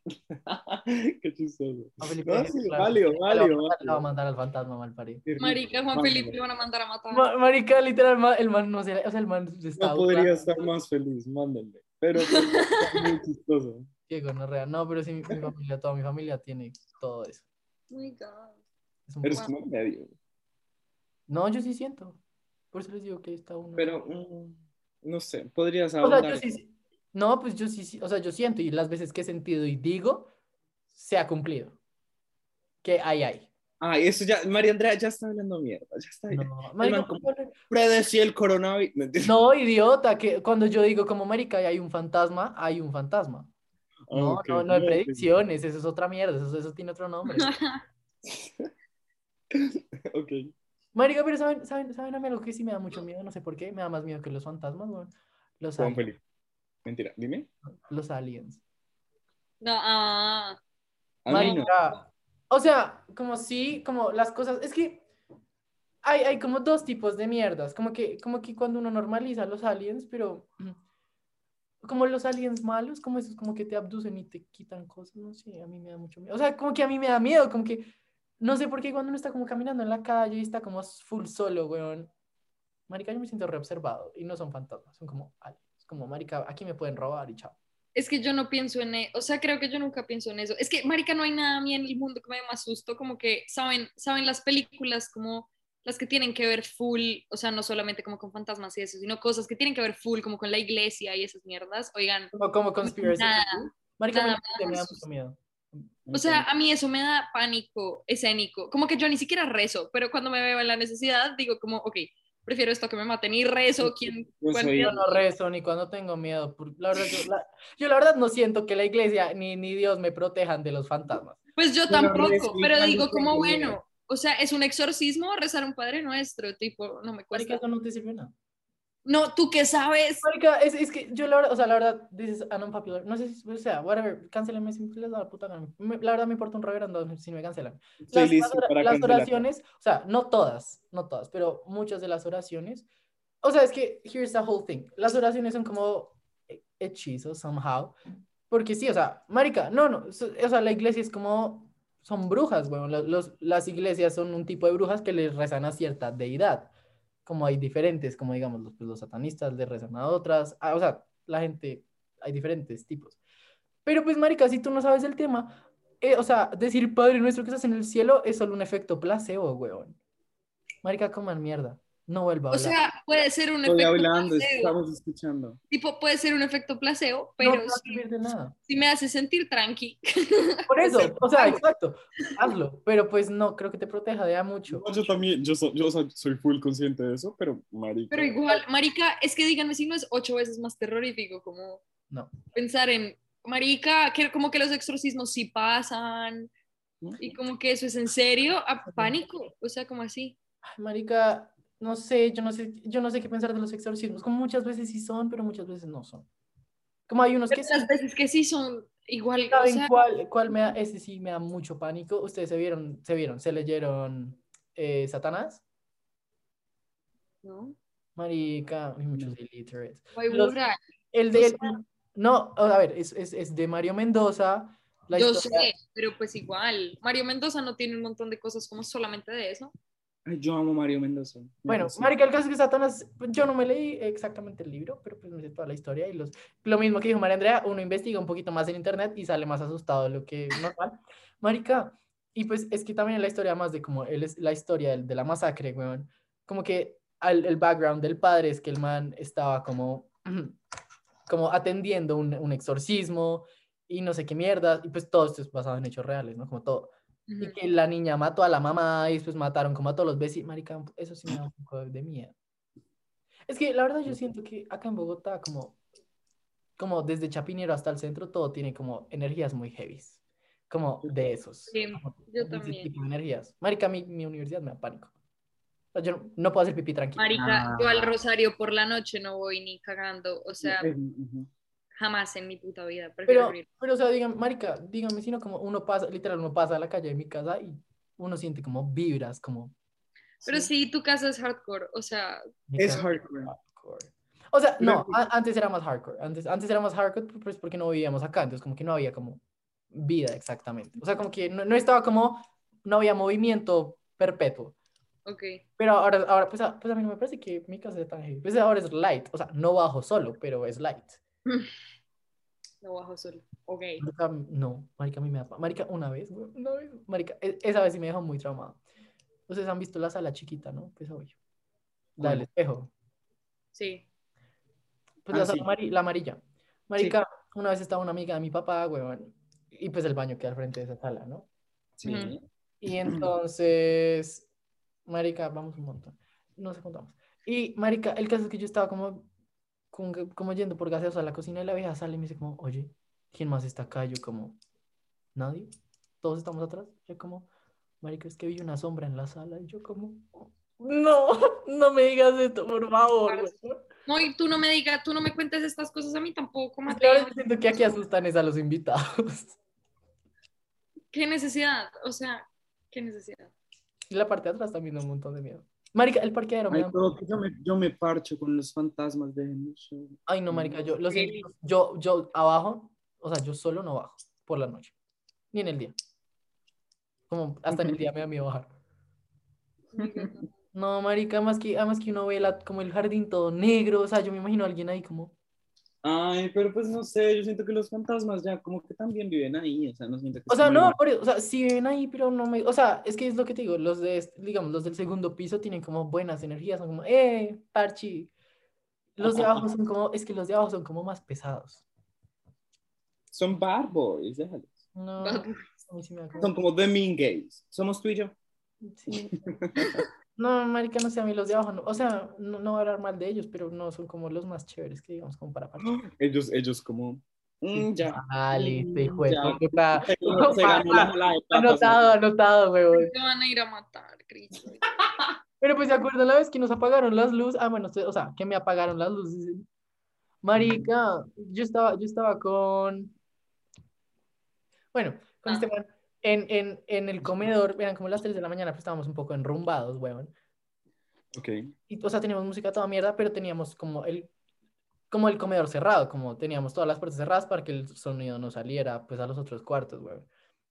B: Qué chistoso.
C: A Felipe,
B: No, sí,
C: claro,
B: válido,
C: la va a mandar- la
B: válido,
C: va a
B: válido.
C: mandar al fantasma, mal parido.
D: Marica, Juan
B: Vale.
D: Felipe lo van a mandar a matar.
C: Ma- Marica, literal, ma- el man no se, o sea, el man se está
B: No podría
C: ahogando.
B: estar más feliz, mándenle. Pero pues, está
C: <laughs>
B: muy chistoso.
C: Qué gonorrea. No, pero sí, mi, mi familia, toda mi familia tiene todo eso.
D: Oh my God.
C: Es un
B: Eres como en medio.
C: No, yo sí siento. Por eso les digo que está uno.
B: Pero, mm, no sé, podrías
C: o sea,
B: ahondar.
C: yo sí, sí- No, pues yo sí, sí- o sea, yo siento y las veces que he sentido y digo, se ha cumplido. Que hay, hay.
B: Ah, eso ya, María Andrea ya está hablando mierda, ya está.
C: No,
B: No.
C: marica,
B: man como- Predecí el coronavirus. <laughs> Mentira.
C: no, idiota, que cuando yo digo como marica, hay un fantasma, hay un fantasma. No,
B: Ah, ok.
C: no, no hay
B: No,
C: predicciones, eso es otra mierda, eso, eso tiene otro nombre.
B: <laughs> Ok.
C: Marica, pero ¿saben, saben, ¿saben a mí algo que sí me da mucho miedo? No sé por qué, me da más miedo que los fantasmas, weón. Los,
B: Juan
C: aliens,
B: Felipe. Mentira, dime.
C: los aliens.
D: No, ah,
B: A mí no.
C: Marica, o sea, como sí, como las cosas, es que hay, hay como dos tipos de mierdas, como que, como que cuando uno normaliza los aliens, pero mm, como los aliens malos, como esos como que te abducen y te quitan cosas, no sé, a mí me da mucho miedo, o sea, como que a mí me da miedo, como que, no sé por qué cuando uno está como caminando en la calle y está como full solo, weón, marica, yo me siento reobservado y no son fantasmas, son como aliens, como marica, aquí me pueden robar y chao.
D: es que yo no pienso en eso, o sea, creo que yo nunca pienso en eso. Es que, marica, no hay nada a mí en el mundo que me dé más susto, como que, ¿saben? ¿Saben las películas como las que tienen que ver full, o sea, no solamente como con fantasmas y eso, sino cosas que tienen que ver full, como con la iglesia y esas mierdas? Oigan,
C: Como, como conspiracy.
D: Nada,
C: theory. Marica,
D: nada,
C: me, me da
D: más.
C: mucho miedo.
D: O sea, a mí eso me da pánico escénico. Como que yo ni siquiera rezo, pero cuando me veo en la necesidad, digo como, ok, prefiero esto que me maten y rezo. ¿quién,
B: Yo
D: cuál-
B: soy-
C: Yo no rezo ni cuando tengo miedo. por- La verdad, yo, la, yo la verdad no siento que la iglesia ni, ni Dios me protejan de los fantasmas.
D: Pues yo
B: Yo no
D: tampoco,
B: rezo ni
D: pero
B: cuando
D: digo
B: tengo
D: como,
B: miedo.
D: bueno, o sea, es un exorcismo rezar un Padre Nuestro, tipo, no me
C: Marica,
D: cuesta.
C: eso no te sirve nada.
D: No, tú qué sabes.
C: Marica, es, es que yo la verdad, o sea, la verdad, this is an unpopular, no sé si, o sea, whatever, cancelenme si les da la puta gana. Me- La verdad me importa un reverendo si me cancelan.
B: Estoy
C: Las,
B: listo
C: las-
B: para
C: las
B: cancelar.
C: oraciones, o sea, no todas, no todas, pero muchas de las oraciones, o sea, es que, here's the whole thing, las oraciones son como he- hechizos, somehow, porque sí, o sea, marica, no, no, so- o sea, la iglesia es como, son brujas, bueno, los, los- las iglesias son un tipo de brujas que les rezan a cierta deidad, como hay diferentes, como digamos, los, pues, los satanistas le rezan a otras, ah, o sea, la gente, hay diferentes tipos. Pero pues, marica, si tú no sabes el tema, eh, o sea, decir Padre nuestro que estás en el cielo es solo un efecto placebo, weón. Marica, coman mierda. No vuelva a
D: O
C: hablar.
D: sea, puede ser un
B: Estoy
D: efecto
B: hablando,
D: placebo.
B: estamos escuchando.
D: Tipo, puede ser un efecto placebo,
C: no
D: pero
C: te va a
D: sí,
C: servir de nada.
D: sí me hace sentir
C: <laughs>
D: tranqui.
C: Por
D: <laughs>
C: eso, o sea,
D: hazlo.
C: exacto. Hazlo, pero pues no, creo que te proteja de a mucho.
B: No, yo también, yo, so- yo so- soy full consciente de eso, pero marica.
D: Pero igual, marica, es que díganme si no es ocho veces más terrorífico, como
C: No.
D: pensar en, marica, que como que los exorcismos sí pasan y como que eso es en serio, a pánico, o sea, como así.
C: Ay, marica, no sé, yo no sé, yo no sé qué pensar de los exorcismos. Como muchas veces sí son, pero muchas veces no son. Como hay unos que sí.
D: Las veces que sí son igual, o
C: ¿Saben
D: sea,
C: cuál, cuál me da? Ese sí me da mucho pánico. Ustedes se vieron, se vieron, se leyeron eh, Satanás.
D: ¿no?
C: Marica, hay muchos illiterates.
D: Voy
C: Los-
D: burra,
C: El
D: O
C: de. el- no, a ver, es, es- es de Mario Mendoza. la
D: yo
C: historia-
D: sé, pero pues igual. Mario Mendoza no tiene un montón de cosas como solamente de eso.
B: Ay, yo amo a Mario Mendoza. Me
C: Bueno,
B: fascina.
C: Marica, el caso es que Satanás, pues, yo no me leí exactamente el libro, pero pues me sé toda la historia y los, lo mismo que dijo María Andrea, uno investiga un poquito más en internet y sale más asustado de lo que es normal. Marica, y pues es que también la historia más de como él es la historia del- de, la masacre, weón, como que al- el background del padre es que el man estaba como, <clears throat> como atendiendo un, un exorcismo y no sé qué mierda, y pues todo esto es basado en hechos reales, ¿no? Como todo. Y que la niña mató a la mamá y después mataron como a todos los vecinos. Marica, eso sí me da un poco de miedo. Es que la verdad yo siento que acá en Bogotá, como, como desde Chapinero hasta el centro, todo tiene como energías muy heavies. Como de esos.
D: Sí,
C: como
D: yo
C: de ese
D: también.
C: tipo de energías. Marica, mi, mi universidad me da pánico. O sea, yo no, no puedo hacer pipí tranquilo.
D: Marica,
B: Ah.
D: yo al Rosario por la noche no voy ni cagando, o sea,
B: Ujú,
D: jamás en mi puta vida. Prefiero
C: Pero,
D: morir.
C: pero, o sea, dígame, marica, dígame, sino como uno pasa, literal, uno pasa a la calle de mi casa y uno siente como vibras, como...
D: Pero sí, tu casa es hardcore, o sea,
B: ujú.
C: mi
B: Es
C: casa-
B: hardcore.
C: hardcore. O sea,
B: Pero-
C: no, a- antes era más hardcore. Antes, antes era más hardcore pues porque no vivíamos acá, entonces como que no había como vida exactamente. O sea, como que no, no estaba como, no había movimiento perpetuo.
D: ok.
C: Pero ahora, ahora pues, a, pues a mí no me parece que mi casa sea tan heavy. Pues ahora es light, o sea, no bajo solo, pero es light.
D: No bajo solo. Ok.
C: Marica, no, marica, a mí me da pa- Marica, una vez, güey, una vez, marica, e- esa vez sí me dejó muy traumado. Ustedes han visto la sala chiquita, ¿no? Pues obvio. La del
B: ¿Cuál?
C: espejo.
D: Sí.
C: Pues
B: Ah,
C: la, sal-
B: sí.
C: amari- la amarilla. Marica, una vez estaba una amiga de mi papá, weón, y pues el baño queda al frente de esa sala, ¿no?
B: Sí.
D: Ujú.
B: <clears throat>
C: Y entonces, marica, vamos un montón, nos juntamos. Y marica, el caso es que yo estaba como, como, como yendo por gaseosa a la cocina y la vieja sale y me dice como, oye, ¿quién más está acá? Yo como, nadie, todos estamos atrás. Yo como, marica, es que vi una sombra en la sala. Y yo como, no, <laughs> no me digas esto, por favor.
D: Claro,
C: weón".
D: No, y tú no me digas, tú no me cuentes estas cosas a mí tampoco,
C: Yo
D: Mateo.
C: ahora siento que aquí asustan es a los invitados. <laughs>
D: ¿Qué necesidad? O sea, ¿qué
C: <laughs>
D: necesidad?
C: Y la parte de atrás también da un montón de miedo. Marica, el parqueadero me
B: Ay,
C: da...
B: todo, que yo, me, yo me parcho con los fantasmas de Henry.
C: Ay, no, marica, yo, los
D: Qué
C: invito- yo, yo abajo, o sea, yo solo no bajo por la noche, ni en el día. Como hasta en el día me da miedo bajar. No, marica, más que, además que uno ve la, como el jardín todo negro, o sea, yo me imagino a alguien ahí como,
B: Ay, pero pues no sé, yo siento que los fantasmas ya como que también viven ahí, o sea, no siento que...
C: o sea,
B: sea
C: no,
B: algo-
C: por eso, o sea, sí ven ahí, pero no me, o sea, es que es lo que te digo, los de, este- digamos, los del segundo piso tienen como buenas energías, son como, eh, parchi. Los de abajo son como, es que los de abajo son como más pesados.
B: Son bad boys, déjalos.
C: No,
D: Bad
C: a mí sí me da como-
B: Son como the mean gays. Somos tú y yo.
C: Sí. No, marica, no sé, a mí los de abajo, no- o sea, no, no voy a hablar mal de ellos, pero no son como los más chéveres que digamos como para parchar. <gasps>
B: Ellos, ellos como...
C: <laughs>
B: mm, ya.
C: Ah, listo, hijo de
B: Ya.
C: puta. <laughs>
B: Se, ganó- se ganó la mala etapa.
C: Anotado, anotado, huevón.
D: Te van a ir a matar, Cris.
C: Pero pues se acuerdan la vez que nos apagaron las luces, ah, bueno, o sea, que me apagaron las luces. Marica, yo estaba, yo estaba con, bueno, con
D: Ah.
C: este man en, en, en el comedor, eran como las 3 de la mañana, pero estábamos un poco enrumbados, huevón.
B: Ok.
C: y, o sea, teníamos música toda mierda, pero teníamos como el, como el comedor cerrado, como teníamos todas las puertas cerradas para que el sonido no saliera, pues, a los otros cuartos, güey.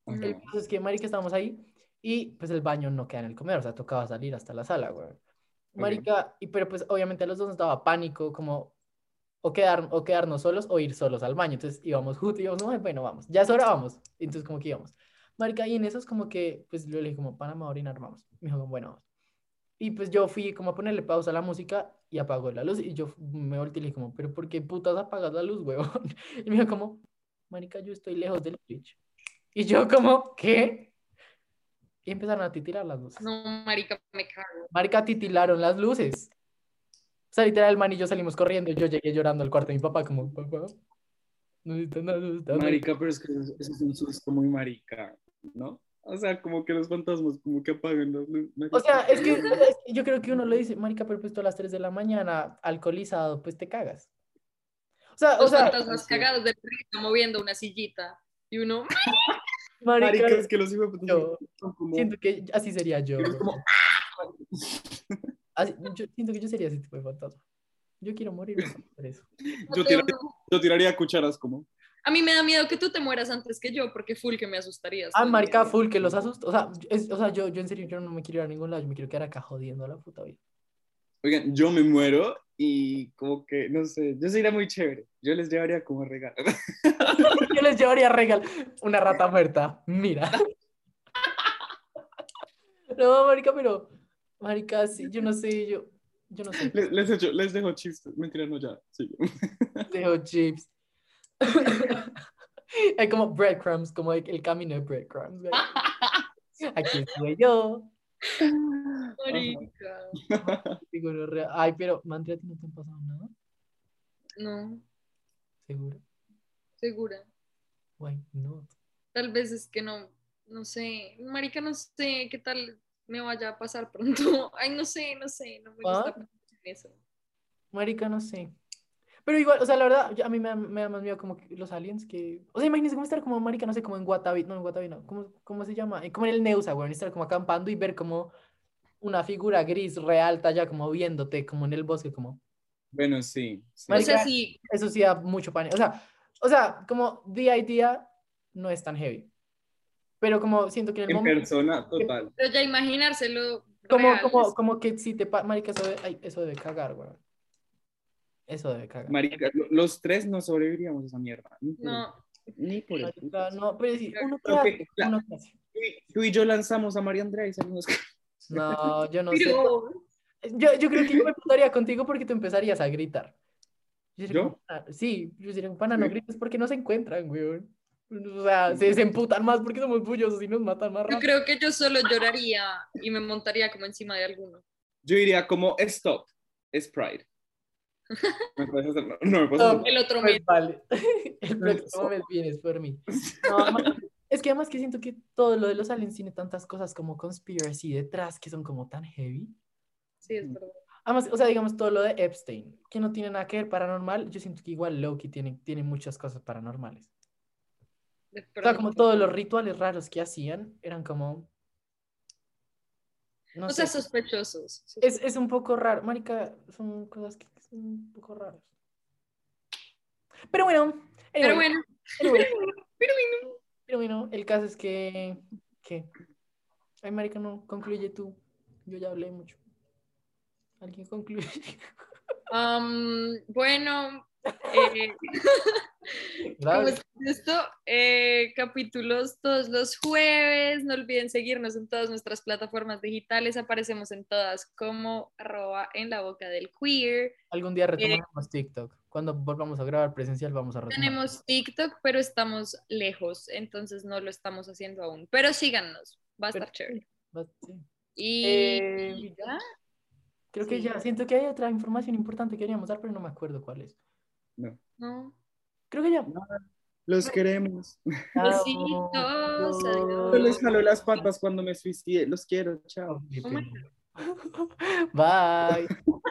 C: El
B: ok.
C: caso es que, marica, estábamos ahí y, pues, el baño no queda en el comedor, o sea, tocaba salir hasta la sala, güey. Marica, y, pero, pues, obviamente a los dos nos daba pánico, como, o, quedar, o quedarnos solos o ir solos al baño. Entonces, íbamos juntos, íbamos, "Ay, bueno, vamos, ya es hora, vamos. Entonces, como que íbamos. Marica, y en eso es como que, pues yo le dije como, Panamá, orinar, vamos. Me dijo, como, bueno, vamos. Y pues yo fui como a ponerle pausa a la música y apagó la luz. Y yo me volteé y le dije como, pero ¿por qué putas apagas la luz, huevón? <laughs> Y me dijo como, marica, yo estoy lejos del Twitch. Y yo como, ¿qué? Y empezaron a titilar las luces.
D: No, marica, me cago.
C: Marica, titilaron las luces. O sea, literal, el man y yo salimos corriendo. Yo llegué llorando al cuarto de mi papá como, papá, nos están asustando.
B: Marica, pero es que eso, eso es un susto muy marica, ¿no? O sea, como que los fantasmas como que apagan las luces.
C: O sea, es que,
B: <laughs>
C: es que yo creo que uno lo dice, marica, pero pues tú a las 3 de la mañana, alcoholizado, pues te cagas. O sea, o
D: Los
C: sea,
D: fantasmas cagados del río moviendo una sillita. Y uno,
C: marica,
B: Marica, es que los hijos de
C: yo
B: puta son como...
C: siento que así sería yo.
B: Es como-
C: Así- yo siento que yo sería ese tipo de fantasma. Yo quiero morir por
B: <laughs>
C: eso.
B: Yo
D: Mateo,
B: tiraría-
D: no.
B: Yo tiraría cucharas como...
D: a mí me da miedo que tú te mueras antes que yo, porque full que me asustarías.
C: Ah,
D: ¿no?
C: marica, full, que los asusto. O sea, es- o sea yo, yo en serio, yo no me quiero ir a ningún lado, yo me quiero quedar acá jodiendo a la puta vida. <laughs>
B: Oigan, yo me muero y como que, no sé, yo sería muy chévere. Yo les llevaría como regalo.
C: Yo les llevaría regal una rata muerta. Mira. <laughs> No, marica, pero marica, sí, yo no sé, yo yo no sé.
B: <laughs> Les, les echo- les dejo chistes. Mentira, no, ya. Sí.
C: Dejo chips. <laughs> Hay como breadcrumbs, como el, el camino de breadcrumbs. güey. Aquí estuve yo.
D: Marica.
C: Digo, no, re- Ay, pero, Mandri, ¿a ti no te han pasado nada?
D: No,
C: Seguro.
D: segura.
C: Why not?
D: Tal vez es que no, no sé. Marica, no sé qué tal me vaya a pasar pronto. <laughs> Ay, no sé, no sé. No me gusta
C: Ah.
D: pensar en eso.
C: Marica, no sé. Pero igual, o sea, la verdad, yo- a mí me, da- me da más miedo como que los aliens que... O sea, imagínense cómo estar como, marica, no sé, como en Guataví, no, en Guataví no, ¿cómo, cómo se llama? Eh, Como en el Neusa, güey, estar como acampando y ver como una figura gris real allá como viéndote, como en el bosque, como...
B: <laughs> Bueno, sí. sí.
D: O
C: Marica,
D: sea, sí,
C: Eso sí da mucho pánico. O sea, o sea, como día y día no es tan heavy. Pero como siento que en el
B: en
C: momento...
B: persona, total.
D: pero ya imaginárselo.
C: Como,
D: real
C: como,
D: es-
C: como que si te... pa- Marica, eso, de- ay, eso debe cagar, güey. Eso debe cagar.
B: Marica, lo- los tres no sobreviviríamos a esa mierda. Ni por,
D: No,
B: ni por el
C: Marica,
B: putas.
C: no, pero sí,
D: Claro,
C: uno que
B: creo
C: hace,
B: que, claro.
C: uno que hace.
B: Tú y- Tú y yo lanzamos a María Andrea y salimos.
C: No, yo no sé.
D: pero
C: Yo, yo creo que yo me putaría contigo porque tú empezarías a gritar. Yo sería
B: ¿Yo?
C: como, "Pana, sí, yo sería como, pana, no
B: Sí.
C: grites porque no se encuentran, güey. O sea, se, se emputan más porque somos bullosos y nos matan más
D: yo
C: rápido.
D: creo que yo solo lloraría y me montaría como encima de alguno.
B: Yo diría como, stop, es Pride. Me puedes hacer- no, no me puedes
C: No,
B: hacer-
D: El otro mes.
C: Pues vale. <laughs> El próximo mes vienes por mí. No, además- es que además que siento que todo lo de los aliens tiene tantas cosas como conspiracy detrás que son como tan heavy.
D: Sí, es verdad.
C: Además, o sea, digamos todo lo de Epstein, que no tiene nada que ver paranormal, yo siento que igual Loki tiene, tiene muchas cosas paranormales. O sea,
D: Pero-
C: como todos los rituales raros que hacían, eran como... No
D: o sea,
C: sé, Eh,
D: sospechosos.
C: es, es un poco raro. Marica, son cosas que son un poco raras. Pero bueno,
D: Pero
C: anyway,
D: bueno,
C: anyway.
D: pero bueno.
C: Pero bueno, el caso es que. que... Ay, marica, no, concluye tú. Yo ya hablé mucho. ¿Alguien concluye? <laughs>
D: Am, bueno, eh, ¿Cómo
C: Gracias.
D: es esto? Eh, capítulos todos los jueves. No olviden seguirnos en todas nuestras plataformas digitales. Aparecemos en todas como arroba en la boca del queer.
C: Algún
D: Eh,
C: día retomaremos TikTok. Cuando volvamos a grabar presencial, vamos a retomar.
D: Tenemos TikTok, pero estamos lejos, entonces no lo estamos haciendo aún. Pero síganos, va a estar
C: Pero-
D: chévere.
C: Va- sí.
D: Y
C: Eh,
D: y ya.
C: Creo que
D: Sí.
C: ya. Siento que hay otra información importante que queríamos dar, pero no me acuerdo cuál es.
D: no.
C: Creo que ya.
B: Los queremos.
D: Pues Besitos,
C: Chao.
B: Yo
D: adiós.
B: les jalé las patas cuando me suicidé. Los quiero. Chao.
D: Oh my
C: Bye.